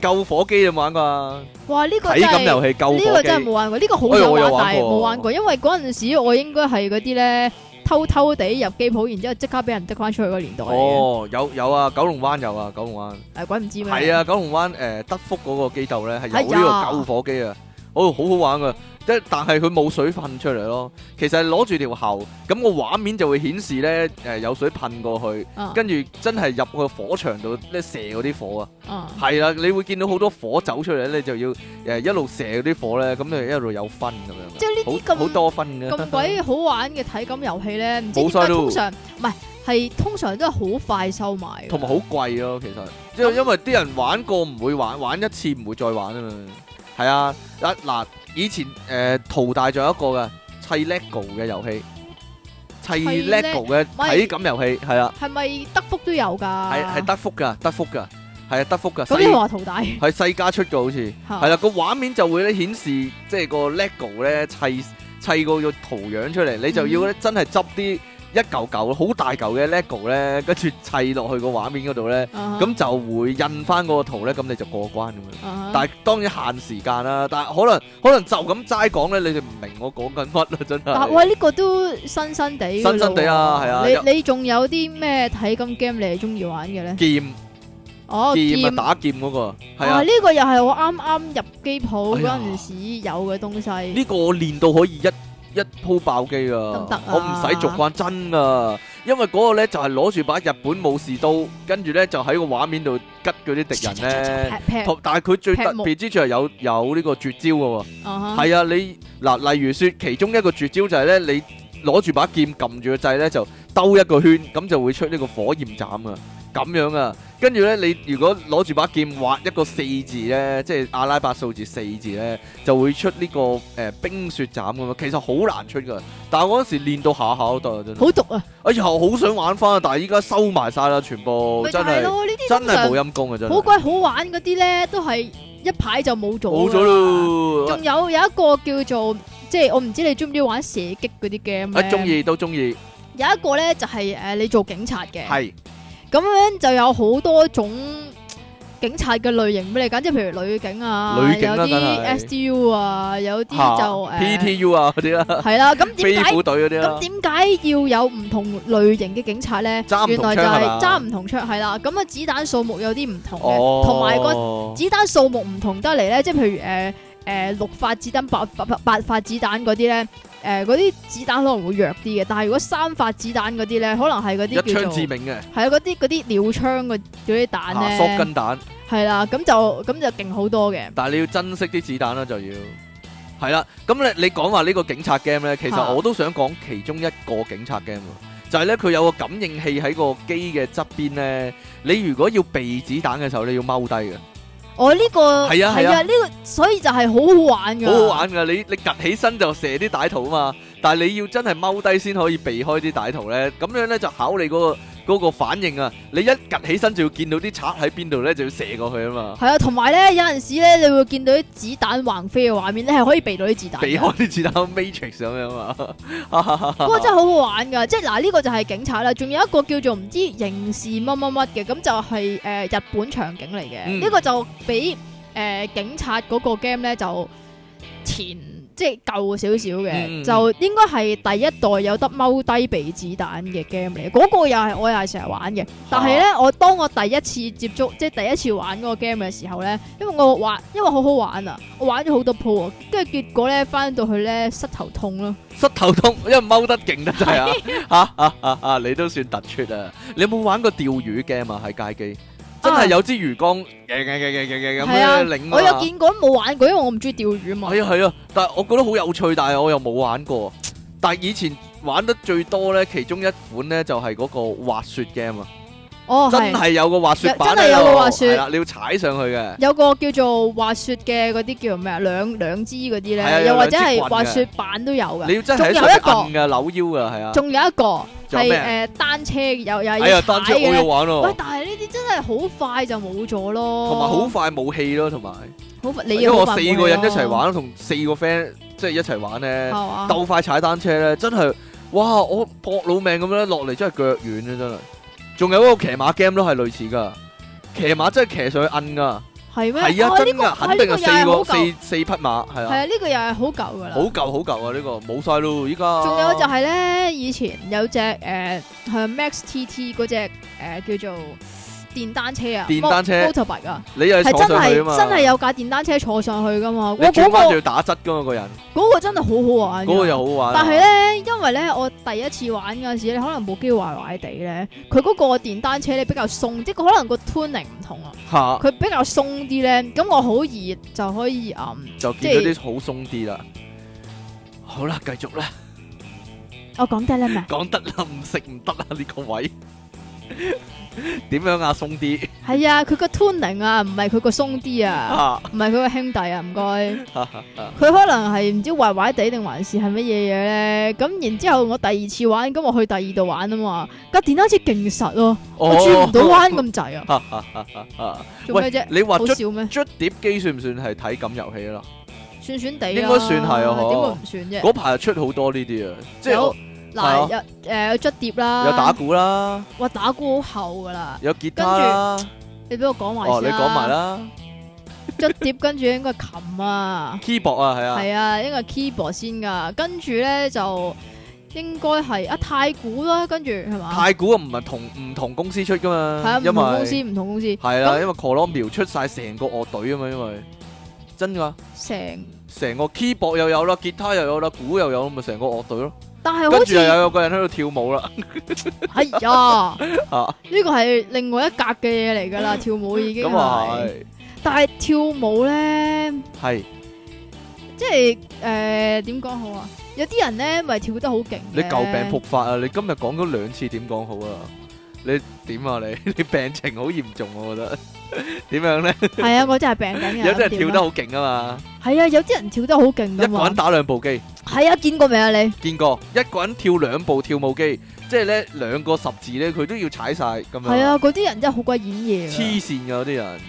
Speaker 1: 救火機有冇玩過啊？
Speaker 2: 哇！呢個
Speaker 1: 體
Speaker 2: 真
Speaker 1: 感
Speaker 2: 係
Speaker 1: 遊戲救
Speaker 2: 呢個
Speaker 1: 火
Speaker 2: 真係冇
Speaker 1: 機，
Speaker 2: 玩過，呢個好
Speaker 1: 哎呀
Speaker 2: 想
Speaker 1: 我有
Speaker 2: 玩，
Speaker 1: 玩
Speaker 2: 但係
Speaker 1: 過
Speaker 2: 冇玩過，因為嗰陣時我應該係嗰啲咧偷偷地入機鋪，然之後即刻俾人即翻出去嗰個年代嚟嘅，
Speaker 1: 哦，有有啊，九龍灣有啊，九龍灣。啊
Speaker 2: 誒鬼唔知咩？
Speaker 1: 係啊，九龍灣誒德福嗰個機竇咧係有
Speaker 2: 哎
Speaker 1: 呢
Speaker 2: 呀
Speaker 1: 個救火機啊，哦，好好玩噶，即係但係佢冇水噴出嚟咯。其實係攞住條喉，咁個畫面就會顯示咧，誒、有水噴過去，
Speaker 2: 啊
Speaker 1: 跟住真係入個火場度咧射嗰啲火啊，
Speaker 2: 啊
Speaker 1: 係啦，你會見到好多火走出嚟咧，你就要誒、一路射嗰啲火咧，咁就一路有分咁樣㗎，
Speaker 2: 即係呢啲
Speaker 1: 好
Speaker 2: 咁
Speaker 1: 好多分嘅，
Speaker 2: 咁鬼好玩嘅體感遊戲咧，唔知點
Speaker 1: 冇晒
Speaker 2: 解
Speaker 1: 咯
Speaker 2: 通常唔係係通常都係好快收埋嘅，
Speaker 1: 同埋好貴咯，其實，因為因為啲人玩過唔會玩，玩一次唔會再玩啊嘛。係啊，嗱嗱，以前誒、呃、淘大仲有一個嘅砌 lego 嘅遊戲，砌
Speaker 2: 砌
Speaker 1: lego 嘅
Speaker 2: 咪
Speaker 1: 體感遊戲係啦，
Speaker 2: 係咪德福都有㗎？
Speaker 1: 係係得福㗎，得福㗎，係啊得福㗎，
Speaker 2: 啊咁你
Speaker 1: 世
Speaker 2: 話淘啊大
Speaker 1: 係世家出嘅好似。係
Speaker 2: 係
Speaker 1: 啦，個畫面就會咧顯示即係個 lego 咧砌砌個個圖樣出嚟，你就
Speaker 2: 嗯
Speaker 1: 要咧真係執啲一嚿嚿好大嚿嘅 lego 咧，跟住砌落去個畫面嗰度咧，
Speaker 2: 啊
Speaker 1: 咁就會印翻嗰個圖咧，咁你就過關咁樣。
Speaker 2: 啊
Speaker 1: 但係當然限時間啦，但係可能可能就咁齋講咧，你哋唔明我講緊乜啦，真
Speaker 2: 但
Speaker 1: 係。
Speaker 2: 喂，呢個都新新地㗎咯喎，
Speaker 1: 新新地啊係啊有
Speaker 2: 你你仲有啲咩體感 game 你係中意玩嘅咧？
Speaker 1: 劍
Speaker 2: 哦，
Speaker 1: 劍啊，
Speaker 2: 劍
Speaker 1: 打劍嗰個係
Speaker 2: 啊，
Speaker 1: 啊
Speaker 2: 呢，個又係我啱啱入機鋪
Speaker 1: 哎
Speaker 2: 嗰
Speaker 1: 呀
Speaker 2: 陣時有嘅東西。
Speaker 1: 呢個我練到可以一一鋪爆機啊！
Speaker 2: 得唔得啊
Speaker 1: 我唔使逐關真啊，因為嗰個咧就係攞住把日本武士刀，跟住咧就喺個畫面度吉嗰啲敵人咧。
Speaker 2: 劈劈
Speaker 1: 同但係佢最
Speaker 2: 劈
Speaker 1: 特
Speaker 2: 木
Speaker 1: 別之處係有有呢個絕招嘅喎。
Speaker 2: 啊哈
Speaker 1: 係啊，你嗱，例如说其中一個絕招就係咧，你攞住把劍撳住個掣咧，就兜一個圈，咁就會出呢個火焰斬啊，咁樣啊。跟住咧，你如果攞住把劍畫一個四字咧，即係阿拉伯數字四字咧，就會出呢、個誒、呃冰雪斬咁啊。其實好難出噶，但係我嗰時練到下下都得啊，真係。
Speaker 2: 好毒啊！
Speaker 1: 哎呀，我好想玩翻啊，但係依家收埋晒啦，全部
Speaker 2: 咪就
Speaker 1: 真
Speaker 2: 係
Speaker 1: 係
Speaker 2: 咯，呢啲
Speaker 1: 真
Speaker 2: 通
Speaker 1: 係
Speaker 2: 常
Speaker 1: 冇陰功啊，真
Speaker 2: 好
Speaker 1: 係
Speaker 2: 鬼好玩嗰啲咧，都係一排就冇咗。
Speaker 1: 冇咗。咯。
Speaker 2: 仲有有一個叫做即係我唔知你中唔中意玩射擊嗰啲 game
Speaker 1: 啊，
Speaker 2: 咧？
Speaker 1: 中。意都中意，
Speaker 2: 有一個咧就係誒你做警察嘅，
Speaker 1: 係
Speaker 2: 咁樣就有好多種警察嘅類型俾你揀，即係譬如女警啊，
Speaker 1: 女警啦
Speaker 2: 有
Speaker 1: 梗係
Speaker 2: 啲 SDU 啊，有啲
Speaker 1: 嚇
Speaker 2: 就 誒
Speaker 1: PTU 啊嗰啲啦。
Speaker 2: 係啦。咁
Speaker 1: 飛
Speaker 2: 點解
Speaker 1: 虎隊嗰啲
Speaker 2: 咁
Speaker 1: 啦，
Speaker 2: 點解要有唔同類型嘅警察咧？
Speaker 1: 揸唔
Speaker 2: 原
Speaker 1: 同槍
Speaker 2: 來就
Speaker 1: 係
Speaker 2: 係
Speaker 1: 嘛
Speaker 2: 揸唔同槍，係啦。咁啊，子彈數目有啲唔同
Speaker 1: 哦
Speaker 2: 嘅，，同埋個子彈數目唔同得嚟咧，即係譬如誒誒六發子彈、八八八八發子彈嗰啲咧，誒嗰啲子彈可能會弱啲嘅，但係如果三發子彈嗰啲咧，可能係嗰
Speaker 1: 一
Speaker 2: 啲叫
Speaker 1: 槍
Speaker 2: 做
Speaker 1: 致命嘅，
Speaker 2: 係啊嗰啲嗰啲鳥槍嗰嗰啲彈
Speaker 1: 啊，索
Speaker 2: 咧，
Speaker 1: 根彈，
Speaker 2: 係啦，咁就咁就勁好多嘅。
Speaker 1: 但係你要珍惜啲子彈啦，就要係啦。咁你你講話呢個警察 game 咧，其
Speaker 2: 嚇
Speaker 1: 實我都想講其中一個警察 game 喎就係咧佢有個感應器喺個機嘅側邊咧，你如果要避子彈嘅時候，你要踎低嘅，
Speaker 2: 我哦呢個
Speaker 1: 係啊係啊
Speaker 2: 呢個所以就係好好玩㗎，
Speaker 1: 好好玩㗎。你你趌起身就射啲歹徒啊嘛，但係你要真係踎低先可以避開啲歹徒咧，咁樣咧就考你嗰個嗰個反應啊。你一趌起身就要見到啲賊喺邊度咧，就要射過去啊嘛。
Speaker 2: 係啊，同埋咧有陣時咧，你會見到啲子彈橫飛嘅畫面，你係可以避到啲子彈㗎。
Speaker 1: 避開啲子彈 matrix 咁樣啊嘛，
Speaker 2: 不過真係好好玩噶，即係嗱呢個就係警察啦，仲有一個叫做唔知刑事乜乜乜嘅，咁就係、呃日本場景嚟嘅，
Speaker 1: 嗯
Speaker 2: 呢、個就比誒、呃警察嗰個 game 咧就前即係舊少少嘅，
Speaker 1: 嗯嗯嗯
Speaker 2: 就應該係第一代有得踎低避子彈嘅 game 嚟，嗰、個又係我又係成日玩嘅，但係咧
Speaker 1: 哦
Speaker 2: 我當我第一次接觸即係第一次玩嗰個 game 嘅時候咧，因為我玩因為好好玩啊，我玩咗好多鋪啊，跟住結果咧翻到去咧膝頭痛咯。
Speaker 1: 膝頭痛，因為踎得勁得 滯啊！啊啊啊！你都算突出啊！你有冇玩過釣魚 game 啊？喺街機真係有支魚缸，嘅嘅嘅嘅嘅嘅
Speaker 2: 啊係啊
Speaker 1: 咁樣擰
Speaker 2: 我有
Speaker 1: 見，
Speaker 2: 見過，冇玩過，因為我唔中意釣魚嘛。
Speaker 1: 係啊係啊，但係我覺得好有趣，但係我又冇玩過。但係以前玩得最多咧，其中一款咧就係嗰個滑雪 game 啊，
Speaker 2: 哦，
Speaker 1: 真
Speaker 2: 係
Speaker 1: 係有個滑雪板
Speaker 2: 真係有個
Speaker 1: 喺度
Speaker 2: 滑雪
Speaker 1: 係啦，你要踩上去嘅，
Speaker 2: 有個叫做滑雪嘅嗰啲叫做咩啊？兩兩支嗰啲
Speaker 1: 係啊
Speaker 2: 咧，
Speaker 1: 有
Speaker 2: 又或
Speaker 1: 兩
Speaker 2: 者
Speaker 1: 支棍
Speaker 2: 係
Speaker 1: 嘅
Speaker 2: 滑雪板都有
Speaker 1: 你
Speaker 2: 嘅。
Speaker 1: 要真係喺
Speaker 2: 仲
Speaker 1: 上
Speaker 2: 有一
Speaker 1: 面
Speaker 2: 個
Speaker 1: 摁嘅扭腰嘅，係啊，
Speaker 2: 仲有一個
Speaker 1: 仲有
Speaker 2: 係
Speaker 1: 咩
Speaker 2: 誒單車，又又
Speaker 1: 哎
Speaker 2: 要
Speaker 1: 呀，
Speaker 2: 踩
Speaker 1: 單車我有
Speaker 2: 嘅。
Speaker 1: 玩喎
Speaker 2: 喂，。但係呢啲真係好快就冇咗咯。
Speaker 1: 同埋好快冇氣咯，同埋
Speaker 2: 好快，你
Speaker 1: 因為
Speaker 2: 要
Speaker 1: 我
Speaker 2: 好
Speaker 1: 四
Speaker 2: 快冇
Speaker 1: 個人一齊
Speaker 2: 咯，
Speaker 1: 玩，同四個 friend 即係一齊玩咧，
Speaker 2: 係嘛
Speaker 1: 鬥快踩單車咧，真係哇！我搏老命咁樣落嚟，真係腳軟啊，真係。仲有一個騎馬 game 都係類似噶，騎馬真係騎上去摁噶，
Speaker 2: 係咩？
Speaker 1: 係啊，
Speaker 2: 哦
Speaker 1: 真
Speaker 2: 呢個
Speaker 1: 噶，肯定
Speaker 2: 呢
Speaker 1: 係
Speaker 2: 個又係
Speaker 1: 四個
Speaker 2: 好舊
Speaker 1: 四四匹馬，係
Speaker 2: 係
Speaker 1: 啊，
Speaker 2: 啊，呢個又係好舊噶
Speaker 1: 好
Speaker 2: 啦。
Speaker 1: 舊好舊啊！呢個冇晒咯，依家
Speaker 2: 仲有就係呃咧，以前有隻誒係 Max TT 呃嗰隻誒叫做電單車啊，
Speaker 1: 電單車
Speaker 2: mo- motorbike 啊，
Speaker 1: 你又
Speaker 2: 係
Speaker 1: 坐上
Speaker 2: 真
Speaker 1: 去啊
Speaker 2: 係
Speaker 1: 嘛，
Speaker 2: 真係有架電單車坐上去噶嘛。
Speaker 1: 你
Speaker 2: 我嗰、
Speaker 1: 轉翻就
Speaker 2: 個
Speaker 1: 要打側噶嘛，個人
Speaker 2: 嗰個真係好好玩㗎。
Speaker 1: 嗰個又好玩啊。
Speaker 2: 但係咧，因為咧，我第一次玩嗰陣時咧，可能部機壞壞地咧，佢嗰個電單車咧比較鬆，即係佢可能個 tuning 唔同啊，
Speaker 1: 嚇
Speaker 2: 佢比較鬆啲咧，咁我好易就可以嗯，
Speaker 1: 就見到啲好鬆啲啦。好啦，繼 續啦，
Speaker 2: 我講得啦嘛，
Speaker 1: 哦講得啦，唔食唔得啦呢個位。 點樣啊？鬆啲
Speaker 2: 係啊，佢個 tuning 啊，唔係佢個鬆啲啊，
Speaker 1: 啊！
Speaker 2: 唔係佢個兄弟 啊，唔該。佢可能係唔知壞壞地定還是係乜嘢嘢咧？咁然之後我第二次玩，咁我去第二度玩啊嘛，架電單車勁實
Speaker 1: 哦
Speaker 2: 咯，我轉唔到彎咁滯 啊！
Speaker 1: 啊！
Speaker 2: 做咩啫？
Speaker 1: 你話
Speaker 2: 好
Speaker 1: 捽
Speaker 2: 笑咩？
Speaker 1: 捽碟機算唔算係體感遊戲啦？
Speaker 2: 算算地啦，
Speaker 1: 應該算係啊嗬
Speaker 2: 點會唔算啫？
Speaker 1: 嗰排出好多呢啲啊，即係
Speaker 2: 有啊
Speaker 1: 我
Speaker 2: 嗱有誒有捽碟啦，
Speaker 1: 有打鼓啦，
Speaker 2: 哇打鼓好厚噶啦，
Speaker 1: 有吉他啦，
Speaker 2: 你俾我講埋
Speaker 1: 哦，你
Speaker 2: 先啊
Speaker 1: 講埋，啦
Speaker 2: 捽碟跟住應該琴啊，
Speaker 1: ，keyboard 啊，係啊。
Speaker 2: 係啊，應該 keyboard 先噶，跟住咧就應該係啊太鼓啦，跟住係嘛？
Speaker 1: 太古啊唔係同唔同公司出噶嘛，
Speaker 2: 係啊，唔
Speaker 1: 因
Speaker 2: 同公司
Speaker 1: 為
Speaker 2: 唔同公司，
Speaker 1: 係啦，
Speaker 2: 咁
Speaker 1: 因為 Columbia 出晒成個樂隊啊嘛，因為真噶，
Speaker 2: 成
Speaker 1: 成個 keyboard 又有啦，吉他又有啦，鼓又有，咪成個樂隊咯。
Speaker 2: 但
Speaker 1: 跟
Speaker 2: 係好
Speaker 1: 住又
Speaker 2: 似
Speaker 1: 有個人喺度跳舞啦，
Speaker 2: 係呀，
Speaker 1: 啊
Speaker 2: 呢個係另外一格嘅嘢嚟㗎 啦，跳舞已經
Speaker 1: 咁啊
Speaker 2: 係，但係跳舞咧。
Speaker 1: 係，係
Speaker 2: 即係诶點講好啊？有啲人咧咪跳得好勁嘅，
Speaker 1: 你舊病 復發啊！你今日講咗兩次點講好啊？你點啊你？ 你病情好嚴重，我覺得 點樣咧？
Speaker 2: 係啊，我真係病緊嘅。
Speaker 1: 有啲人跳得
Speaker 2: 好
Speaker 1: 好勁啊
Speaker 2: 係啊，有啊啲人跳得好勁
Speaker 1: 嘛，一
Speaker 2: 噶
Speaker 1: 個
Speaker 2: 嘛
Speaker 1: 人。打兩部機。
Speaker 2: 係啊，見過未啊你？
Speaker 1: 見過一個人跳兩部跳舞機，即係咧兩個十字咧，佢都要踩晒咁樣。
Speaker 2: 係啊，，嗰啲人真係好鬼演嘢啊㗎。
Speaker 1: 黐線㗎嗰啲人。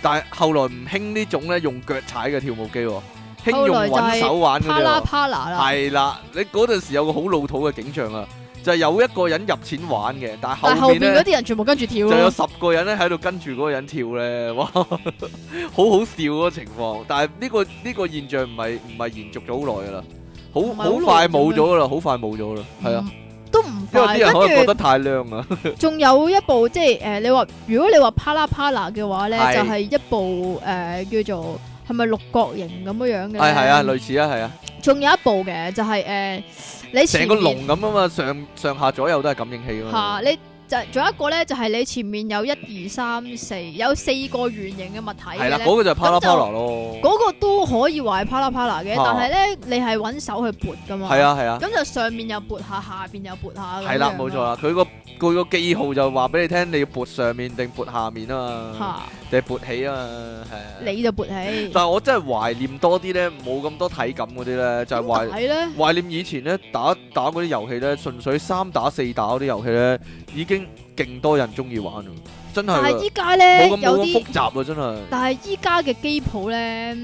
Speaker 1: 但係後來唔興呢種咧用腳踩嘅跳舞機喎，興
Speaker 2: 後
Speaker 1: 用
Speaker 2: 來就係
Speaker 1: 揾手玩嗰
Speaker 2: 啪
Speaker 1: 啲喎。
Speaker 2: 啦啪啦啦，
Speaker 1: 係啦，你嗰陣時有個好老土嘅景象啊，就係有一個人入錢玩嘅，但
Speaker 2: 但
Speaker 1: 係
Speaker 2: 係後
Speaker 1: 後
Speaker 2: 邊
Speaker 1: 面
Speaker 2: 嗰
Speaker 1: 咧
Speaker 2: 啲人全部跟 住跳
Speaker 1: 就有
Speaker 2: 咯。
Speaker 1: 十個人咧喺度跟住嗰個人跳咧， 哇，好好笑嗰個情況。但係呢個呢個現象唔係唔係延續咗好耐㗎啦，好
Speaker 2: 唔係好
Speaker 1: 好
Speaker 2: 耐
Speaker 1: 快
Speaker 2: 啫
Speaker 1: 冇
Speaker 2: 咩
Speaker 1: 咗㗎啦，好快冇咗㗎啦，係啊。
Speaker 2: 嗯，都唔
Speaker 1: 因為
Speaker 2: 快。
Speaker 1: 啲人可能覺
Speaker 2: 跟
Speaker 1: 得
Speaker 2: 住
Speaker 1: 太靚 啊，
Speaker 2: 仲有一部即係呃诶，你話如果你話啪啦啪啦嘅話咧，
Speaker 1: 係
Speaker 2: 就係一部诶叫做係咪六角形咁樣樣嘅？
Speaker 1: 係係啊，。類似啊，係啊，
Speaker 2: 仲有一部嘅就係诶，你
Speaker 1: 成
Speaker 2: 前
Speaker 1: 個
Speaker 2: 面
Speaker 1: 龍咁啊嘛，上上下左右都係感應器啊
Speaker 2: 吓、
Speaker 1: 嘛，
Speaker 2: 你就仲有一個咧，就係、你前面有一二三四，有四個圓形嘅物
Speaker 1: 係
Speaker 2: 體嘅
Speaker 1: 啦，
Speaker 2: 咧。
Speaker 1: 嗰個就係啪啦
Speaker 2: 咁就
Speaker 1: 啪啦咯，
Speaker 2: 嗰個都可以話係啪啦啪啦嘅，
Speaker 1: 啊
Speaker 2: 但係咧你係揾手去撥噶嘛。
Speaker 1: 係。啊係啊，
Speaker 2: 咁就上面又撥下，下邊又撥下。
Speaker 1: 係啦，冇錯。啦，佢個佢個記號就話俾你聽，你要撥上面定撥下面啊
Speaker 2: 嚇、
Speaker 1: 嘛，定係撥起啊嘛，係啊。
Speaker 2: 你就撥起。
Speaker 1: 但係我真係懷念多啲咧，冇咁多體感嗰啲咧，就係懷
Speaker 2: 點解咧？
Speaker 1: 懷念以前咧打打嗰啲遊戲咧，純粹三打四打嗰啲遊戲咧，已經勁多人中意玩啦，真係
Speaker 2: 但係
Speaker 1: 啊
Speaker 2: 依家咧
Speaker 1: 冇咁
Speaker 2: 有
Speaker 1: 冇咁
Speaker 2: 啲，
Speaker 1: 複雜啊，真係。
Speaker 2: 但係依家嘅機鋪咧。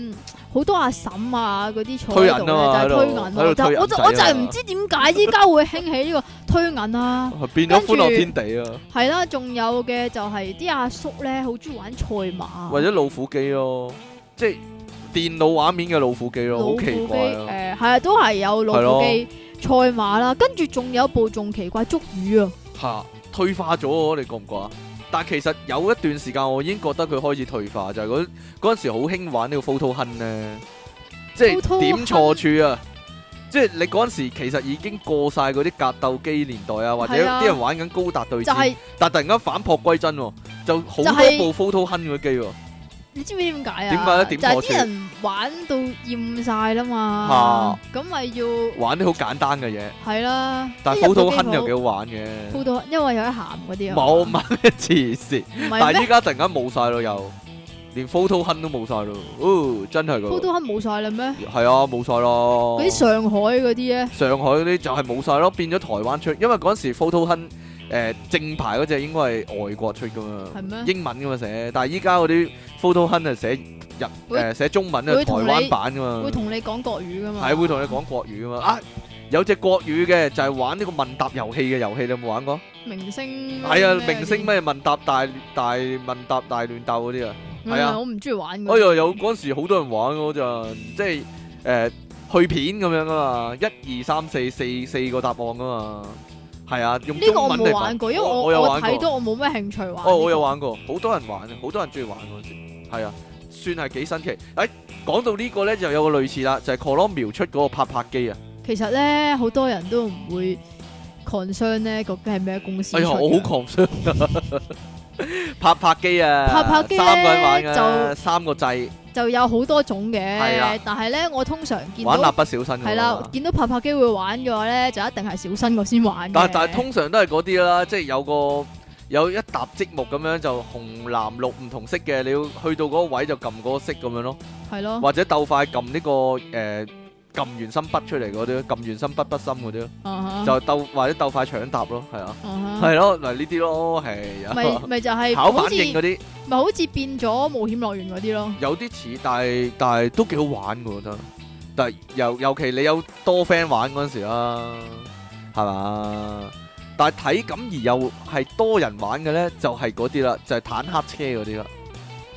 Speaker 2: 好多阿嬸啊，嗰啲坐
Speaker 1: 推銀
Speaker 2: 喺度
Speaker 1: 啊
Speaker 2: 咧就係推銀
Speaker 1: 喺度喺度
Speaker 2: 咯，就
Speaker 1: 推銀
Speaker 2: 我就我就
Speaker 1: 仔啊
Speaker 2: 係唔知點解依家會興起呢個推銀啊。
Speaker 1: 變咗歡樂天地啊，
Speaker 2: 系啦，仲有嘅就係啲阿叔咧，好中意玩賽馬，
Speaker 1: 或者老虎機咯，即係電腦畫面嘅老虎機咯，
Speaker 2: 老
Speaker 1: 好
Speaker 2: 虎
Speaker 1: 奇
Speaker 2: 機，
Speaker 1: 怪啊！
Speaker 2: 诶，系啊，都係有
Speaker 1: 係
Speaker 2: 老
Speaker 1: 咯
Speaker 2: 虎機、賽馬啦，跟住仲有部仲奇怪捉魚啊，
Speaker 1: 嚇退化咗喎，你覺唔覺啊？但其實有一段時間我已經覺得佢開始退化，就係嗰嗰陣時好興玩呢個 photo hunt 咧，即
Speaker 2: Photo
Speaker 1: 係點錯處啊！即係你嗰陣時其實已經過晒嗰啲格鬥機年代啊，或者
Speaker 2: 係啊
Speaker 1: 啲人玩緊高達對
Speaker 2: 就
Speaker 1: 戰，
Speaker 2: 係
Speaker 1: 但突然間反璞歸真喎，就好
Speaker 2: 就係
Speaker 1: 多部 photo hunt 嘅機喎。
Speaker 2: 你知唔知點解啊？
Speaker 1: 點解咧點
Speaker 2: 就係
Speaker 1: 錯處
Speaker 2: 啲人玩到厭晒啦嘛，咁咪要
Speaker 1: 玩啲好簡單嘅嘢，
Speaker 2: 係啦。
Speaker 1: 但
Speaker 2: 一
Speaker 1: 係
Speaker 2: 入到
Speaker 1: photo
Speaker 2: 機
Speaker 1: hunt 又
Speaker 2: 鋪
Speaker 1: 幾好玩嘅。
Speaker 2: 鋪到，因為有得鹹嗰啲啊。
Speaker 1: 冇乜黐線，
Speaker 2: 唔係
Speaker 1: 但係
Speaker 2: 咩
Speaker 1: 依家突然間冇晒咯，又連 photo hunt 都冇晒咯，哦，真係噶，
Speaker 2: 鋪到冇晒啦咩？
Speaker 1: 係啊，冇晒咯
Speaker 2: 嗰。啲上海嗰啲咧，
Speaker 1: 上海嗰啲就係冇晒咯，變咗台灣出，因為嗰陣時 photo hunt 誒正牌嗰只應該係外國出噶嘛，
Speaker 2: 係咩？
Speaker 1: 英文噶嘛寫，但係依家嗰啲 photo hunt 係寫日
Speaker 2: 會
Speaker 1: 誒寫中文啊，
Speaker 2: 會
Speaker 1: 台
Speaker 2: 同你
Speaker 1: 灣版噶嘛
Speaker 2: 會，同你講國語噶嘛？
Speaker 1: 係會同你講國語噶嘛，啊有隻國語嘅就係玩呢個問答遊戲嘅遊戲，你有冇玩過？
Speaker 2: 明星
Speaker 1: 係啊，
Speaker 2: 咩
Speaker 1: 明星
Speaker 2: 嗰啲？
Speaker 1: 咩問答大大問答大亂鬥嗰啲啊！係啊
Speaker 2: 嗯我唔中意玩嗰啲
Speaker 1: 哎呀，有嗰陣時好多人玩嗰陣，即係誒、去片咁樣啊嘛，一二三四四四個答案啊嘛，係啊，用
Speaker 2: 呢個
Speaker 1: 中
Speaker 2: 我
Speaker 1: 文
Speaker 2: 冇
Speaker 1: 嚟
Speaker 2: 玩
Speaker 1: 玩。
Speaker 2: 過，因為
Speaker 1: 我
Speaker 2: 我
Speaker 1: 我有
Speaker 2: 我
Speaker 1: 玩過
Speaker 2: 睇到我冇咩興趣玩呢個。
Speaker 1: 哦，我有玩過，好多人玩，好多人中意玩嗰陣時，係啊，算係幾新奇。誒、講到呢個咧，就有個類似啦，就係 c o l o m 描出嗰個拍拍機啊。
Speaker 2: 其實咧，好多人都唔會 concern 咧，究竟係咩公司
Speaker 1: 哎呀，
Speaker 2: 出
Speaker 1: 我好
Speaker 2: 嘅
Speaker 1: concern 拍拍機啊，
Speaker 2: 拍拍機呢
Speaker 1: 三個人玩嘅，
Speaker 2: 就
Speaker 1: 三個掣，
Speaker 2: 就有好多種
Speaker 1: 係啦
Speaker 2: 嘅。但係咧，我通常見
Speaker 1: 玩蠟
Speaker 2: 到
Speaker 1: 筆小新
Speaker 2: 係
Speaker 1: 㗎
Speaker 2: 啦
Speaker 1: 嘛，
Speaker 2: 見到拍拍機會玩嘅話咧，就一定係小新我先玩嘅
Speaker 1: 但但係通常都係嗰啲啦，即係有個有一沓積木咁樣就紅藍綠唔同色嘅，你要去到嗰個位就撳嗰個色咁樣咯，
Speaker 2: 係咯，
Speaker 1: 或者鬥快撳呢、個誒撳完心筆出嚟嗰啲，撳完心筆筆心嗰啲咯，
Speaker 2: 啊哈
Speaker 1: 就鬥或者鬥快搶答咯，係啊，
Speaker 2: 啊哈
Speaker 1: 係咯，嗱呢啲咯，係
Speaker 2: 咪
Speaker 1: 啊，
Speaker 2: 咪就係
Speaker 1: 考
Speaker 2: 好
Speaker 1: 反
Speaker 2: 似
Speaker 1: 應嗰啲
Speaker 2: 咪好似變咗冒險樂園嗰啲咯。
Speaker 1: 有啲似，但係但係都幾好玩嘅，我覺得。但係尤尤其你有多 friend 玩嗰陣時啦，係嘛？但係體感而又係多人玩嘅咧，就係嗰啲啦，就係、坦克車嗰啲啦。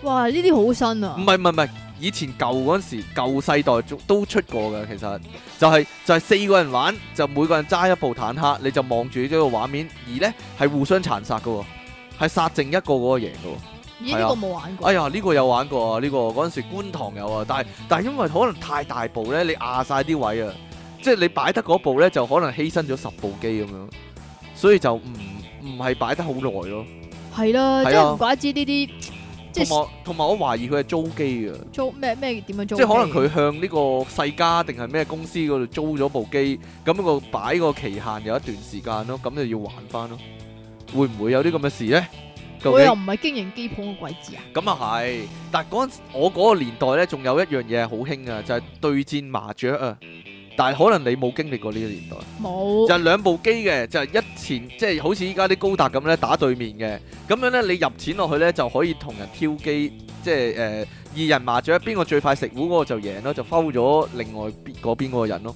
Speaker 2: 哇！呢啲好新啊
Speaker 1: 唔，係唔係唔係，以前舊嗰陣時，舊世代仲都出過嘅，其實就係、就係、四個人玩，就每個人揸一部坦克，你就望住呢個畫面，而咧係互相殘殺嘅喎，係殺剩一個嗰個贏嘅喎。
Speaker 2: 咦？呢個冇玩過
Speaker 1: 哎。呀，呢、個有玩過啊！呢、個嗰陣時觀塘有啊，但係但係因為可能太大部咧，你壓晒啲位啊，即係你擺得嗰部咧就可能犧牲咗十部機咁樣，所以就唔唔係擺得好耐咯。
Speaker 2: 係啦，
Speaker 1: 係啊
Speaker 2: 即係唔怪之呢啲
Speaker 1: 同
Speaker 2: 即係
Speaker 1: 埋同埋我懷疑佢係租機嘅，
Speaker 2: 租咩咩點樣租？
Speaker 1: 即係可能佢向呢個世家定係咩公司嗰度租咗部機，咁個擺個期限有一段時間咯，咁就要還翻咯。會唔會有啲咁嘅事咧？究
Speaker 2: 我
Speaker 1: 竟
Speaker 2: 又唔係經營機鋪嘅鬼知啊！
Speaker 1: 咁啊係，但係嗰陣時我嗰個年代咧，仲有一樣嘢係好興啊，就係、對戰麻雀啊。但係可能你冇經歷過呢個年代，
Speaker 2: 哦冇
Speaker 1: 就係兩部機嘅，就係、一前即係好似依家啲高達咁咧打對面嘅，咁樣咧你入錢落去咧就可以同人挑機，即係誒、呃二人麻雀邊個最快食糊嗰個就贏咯，就摟咗另外邊嗰邊嗰個人咯。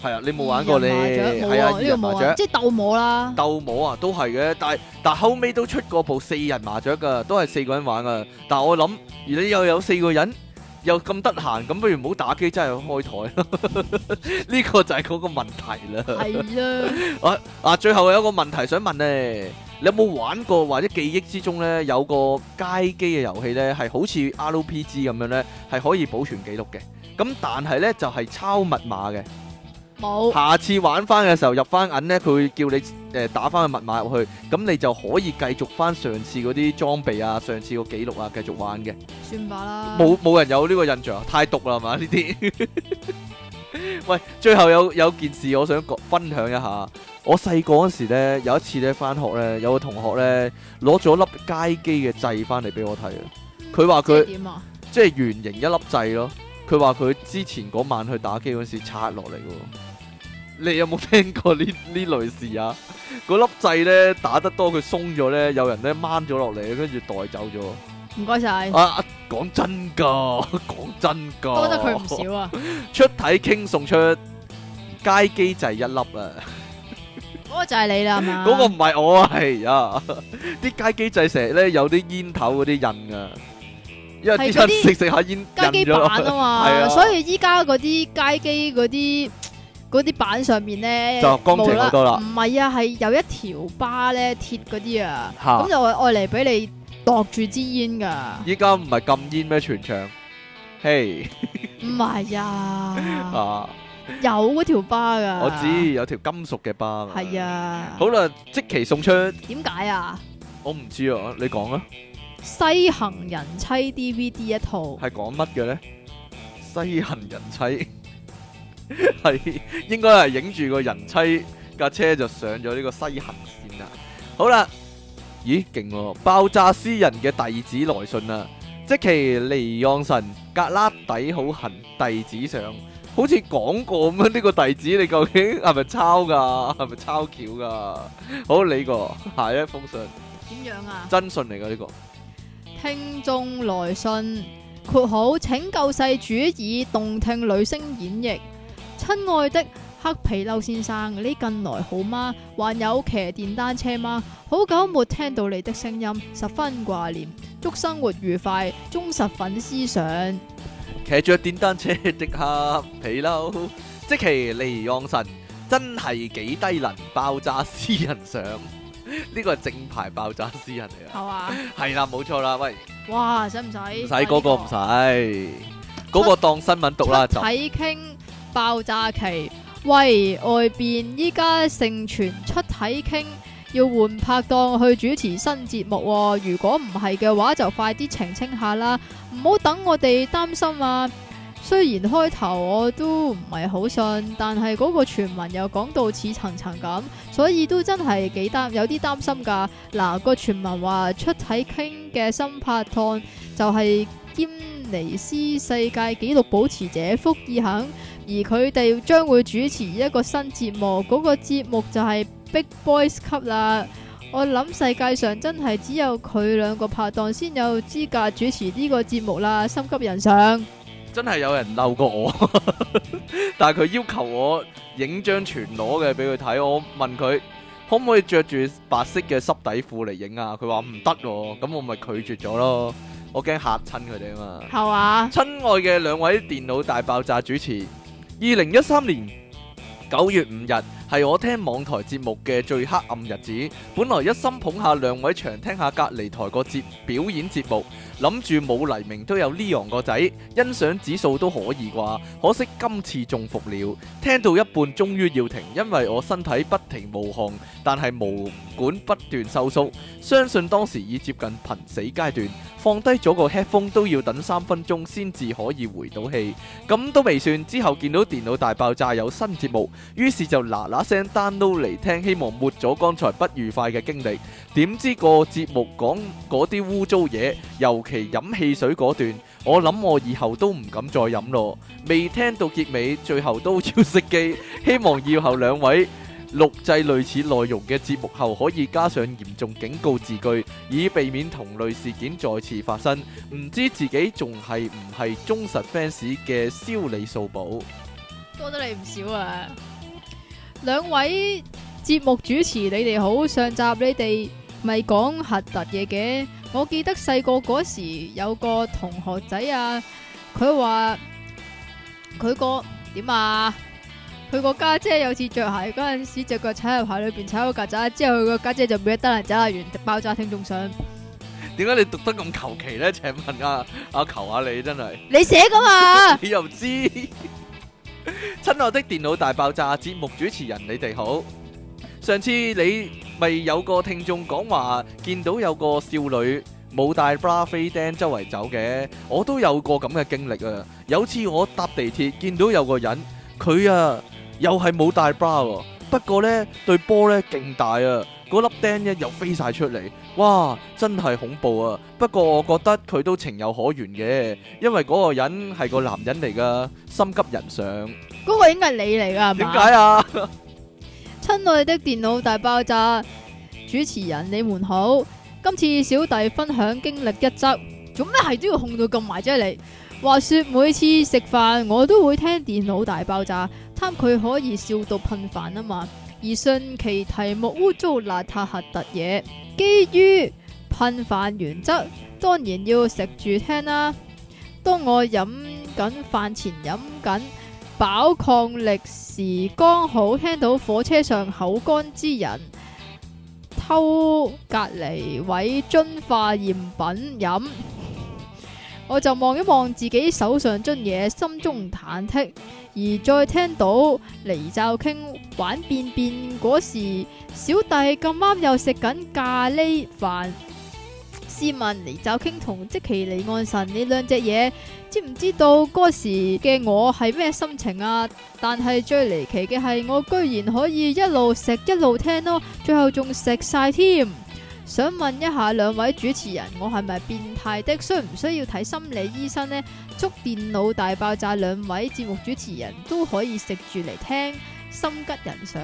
Speaker 1: 係啊，你冇玩過你
Speaker 2: 二人麻
Speaker 1: 係啊，
Speaker 2: 雀冇啊，
Speaker 1: 二
Speaker 2: 呢個
Speaker 1: 人麻
Speaker 2: 冇
Speaker 1: 雀
Speaker 2: 啊，。即係鬥摸啦。
Speaker 1: 鬥摸啊，都係嘅，但係但後尾都出過部四人麻雀噶，都係四個人玩噶。但係我諗，而你又有四個人，又咁得閒，咁不如唔好打機，真係開台咯。 呢個就係嗰個問題啦。
Speaker 2: 係 啦，
Speaker 1: 啊，最後有一個問題想問咧，你有冇玩過或者記憶之中咧有個街機嘅遊戲咧，係好似 RPG 咁樣咧，係可以保存記錄嘅。咁但係咧就係、抄密碼嘅。
Speaker 2: 冇
Speaker 1: 下次玩翻嘅時候入翻銀呢，佢會叫你誒、呃打翻個密碼入去，咁你就可以繼續翻上次嗰啲裝備啊、上次個記錄啊繼續玩嘅。
Speaker 2: 算吧啦。
Speaker 1: 冇冇人有呢個印象，太毒啦係嘛呢啲。 喂，最後有有件事我想講分享一下。我細個嗰時咧，有一次咧翻學咧，有個同學咧攞咗粒街機嘅掣翻嚟俾我睇啊。佢話
Speaker 2: 即係
Speaker 1: 佢
Speaker 2: 點啊？
Speaker 1: 即係圓形一粒掣咯。佢話佢之前嗰晚去打機嗰時拆落嚟嘅喎。你有冇聽過呢 呢類事啊？嗰粒掣咧打得多，佢鬆咗咧，有人咧掹咗落嚟，跟住帶走咗。
Speaker 2: 唔該晒，
Speaker 1: 啊，啊講真噶， 講真噶，
Speaker 2: 多得佢唔 少啊！
Speaker 1: 出體傾送出街機掣一粒啊！
Speaker 2: 嗰個就係你啦，係嘛？
Speaker 1: 嗰個唔係我啊，係啊！ 啲街機掣成日咧有啲煙頭嗰啲印啊，因為
Speaker 2: 係
Speaker 1: 啲
Speaker 2: 嗰
Speaker 1: 人
Speaker 2: 啲
Speaker 1: 食食下 煙印
Speaker 2: 街機
Speaker 1: 咗
Speaker 2: 版
Speaker 1: 落去。
Speaker 2: 啊
Speaker 1: 係啊
Speaker 2: 嘛，所以依家嗰啲街機嗰啲嗰啲板上面咧
Speaker 1: 就乾淨
Speaker 2: 冇
Speaker 1: 好多啦
Speaker 2: 唔係啊，係有一條巴咧鐵嗰啲啊，
Speaker 1: 嚇
Speaker 2: 咁就愛嚟俾你度住支煙噶，
Speaker 1: 依家唔係禁煙咩？全場，嘿
Speaker 2: 唔係啊，
Speaker 1: 啊！
Speaker 2: 有嗰條巴噶，
Speaker 1: 我知有條金屬嘅疤。
Speaker 2: 係。啊，
Speaker 1: 好啦，即期送出，
Speaker 2: 點解啊？
Speaker 1: 我唔知啊，你講啊，
Speaker 2: 西行人妻 DVD 一套，
Speaker 1: 係講乜嘅咧？西行人妻 係應該係影住個人妻架車就上咗呢個西行線啦。好啦，咦，勁喎！爆炸詩人嘅弟子來信啦，即其離岸神格拉底好痕弟子上，好似講過咁樣呢個弟子，你究竟係咪抄㗎？係咪抄橋㗎？好，你個下一封信
Speaker 2: 點樣啊？
Speaker 1: 真信嚟㗎呢個。
Speaker 2: 聽眾來信，括號拯救世主以動聽女聲演繹。親愛的黑皮褸先生，你近來好嗎？還有騎電單車嗎？好久沒聽到你的聲音，十分掛念。祝生活愉快，忠實粉絲上。
Speaker 1: 騎着電單車的黑皮褸，即其離岸神真係幾低能爆炸私人相， 呢個係正牌爆炸私人嚟啊！
Speaker 2: 嘛？
Speaker 1: 係啦，冇錯啦，喂，唔
Speaker 2: 哇，使唔使？唔
Speaker 1: 使嗰個唔使，嗰個當新聞讀啦就
Speaker 2: 睇傾爆炸期，喂，外邊依家盛傳出體傾要換拍檔去主持新節目、喎，如果唔係嘅話，就快啲澄清下啦，唔好等我哋擔心啊！雖然開頭我都唔係好信，但係嗰個傳聞又講到似層層咁，所以都真係幾擔有啲擔心㗎。嗱，個傳聞話出體傾嘅新拍檔就係、兼尼斯世界紀錄保持者福爾肯，而佢哋將會主持一個新節目，嗰、個節目就係 Big Boys 級啦。我諗世界上真係只有佢兩個拍檔先有資格主持呢個節目啦，心急人上。
Speaker 1: 真係有人嬲過我， 但係佢要求我影張全裸嘅俾佢睇，我問佢可唔可以着住白色嘅濕底褲嚟影啊？佢話唔得喎，咁我咪拒絕咗咯，我驚嚇親佢哋啊嘛。
Speaker 2: 係嘛？
Speaker 1: 親愛嘅兩位電腦大爆炸主持，二零一三年九月五日係我聽網台節目嘅最黑暗日子。本來一心捧下兩位長聽下隔離台個節表演節目，諗住冇黎明都有 Leon 個仔，欣賞指數都可以啩。可惜今次中伏了，聽到一半終於要停，因為我身體不停冒汗，但係毛管不斷收縮。相信當時已接近瀕死階段，放低咗個 headphone 都要等三分鐘先至可以回到氣，咁都未算。之後見到電腦大爆炸有新節目，於是就嗱嗱聲 download 嚟聽，希望抹咗剛才不愉快嘅經歷。點知個節目講嗰啲污糟嘢，尤其飲汽水嗰段，我諗我以後都唔敢再飲咯。未聽到結尾，最後都要熄機，希望以後兩位。錄製類似內容嘅節目後，可以加上嚴重警告字句，以避免同類事件再次發生。唔知自己仲係唔係忠實 fans 嘅燒你數寶？
Speaker 2: 多得你唔少啊！兩位節目主持，你哋好。上集你哋咪講核突嘢嘅，我記得細個嗰時有個同學仔啊，佢話佢個點啊？佢個家姐有次着鞋嗰陣時，隻腳踩入鞋裏邊踩到曱甴，之後佢個家姐就冇得啦，走啦，完爆炸聽眾上。
Speaker 1: 點解你讀得咁求其呢？請問啊，阿求下你真係。？
Speaker 2: 你寫噶嘛
Speaker 1: 你又知？親愛的電腦大爆炸節目主持人，你哋好。上次你咪有個聽眾講話，見到有個少女冇帶 bra 飛釘周圍走嘅，我都有過咁嘅經歷啊。有次我搭地鐵見到有個人，佢啊又係冇帶 bra 喎，不過呢對波呢勁大啊，嗰粒釘呢又飛晒出嚟，哇！真係恐怖啊！不過我覺得佢都情有可原嘅。因為嗰個人係個男人嚟噶，心急人上。
Speaker 2: 嗰個應該係你嚟噶係
Speaker 1: 點
Speaker 2: 嘛？
Speaker 1: 解啊？
Speaker 2: 親愛的電腦大爆炸主持人，你們好。今次小弟分享經歷一則，做咩係都要控到咁埋啫？你話說每次食飯我都會聽電腦大爆炸，貪佢可以笑到噴飯啊嘛。而順其題目污糟邋遢核突嘢，基於噴飯原則，當然要食住聽啦。當我飲緊飯前飲緊。飽抗力時剛好聽到火車上口乾之人偷隔離位樽化驗品飲， 我就望一望自己手上樽嘢，心中忐忑。而再聽到黎罩傾玩便便嗰時，小弟咁啱又食緊咖喱飯。試問黎罩傾同即其離岸神呢兩隻嘢？知唔知道嗰時嘅我係咩心情啊？但係最離奇嘅係，我居然可以一路食一路聽咯，最後仲食晒添。想問一下兩位主持人，我係咪變態的？需唔需要睇心理醫生呢？祝電腦大爆炸兩位節目主持人都可以食住嚟聽，心急人上。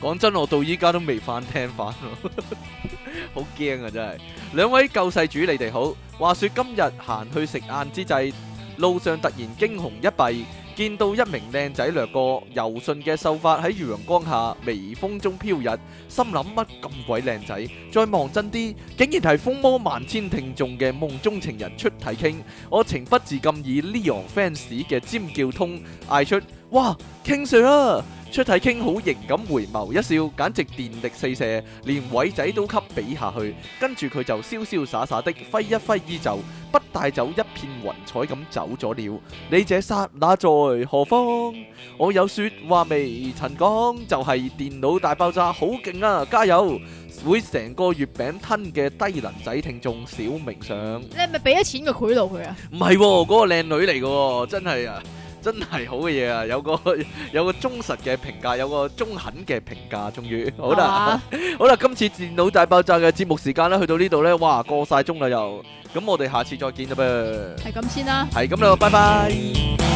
Speaker 1: 講真，我到依家都未翻聽翻咯， 好驚啊！真係。兩位救世主，你哋好。話說今日行去食晏之際，路上突然驚鴻一瞥，見到一名靚仔掠過，柔順嘅秀髮喺陽光下微風中飄逸，心諗乜咁鬼靚仔？再望真啲，竟然係風魔萬千聽眾嘅夢中情人出體傾。我情不自禁以 Leon fans 嘅尖叫通嗌出哇，King Sir 啊，出體傾好型咁回眸一笑，簡直電力四射，連偉仔都給比下去。跟住佢就瀟瀟灑灑的揮一揮衣袖，不帶走一片雲彩咁走咗了。你這剎那在何方？我有説話未曾講，就係、電腦大爆炸好勁啊！加油！會成個月餅吞嘅低能仔聽眾小明上。
Speaker 2: 你係咪俾咗錢個賄賂佢啊？
Speaker 1: 唔係喎，嗰、個靚女嚟嘅喎，真係啊，真係好嘅嘢啊！有個 有個忠實嘅評價，有個中肯嘅評價，終於好
Speaker 2: 啊
Speaker 1: 啦，好啦，今次電腦大爆炸嘅節目時間啦，去到呢度咧，哇，過晒鐘啦又，咁我哋下次再見啦噃，
Speaker 2: 係嘛，係咁先啦。
Speaker 1: 係咁啦，拜拜。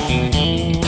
Speaker 3: Thank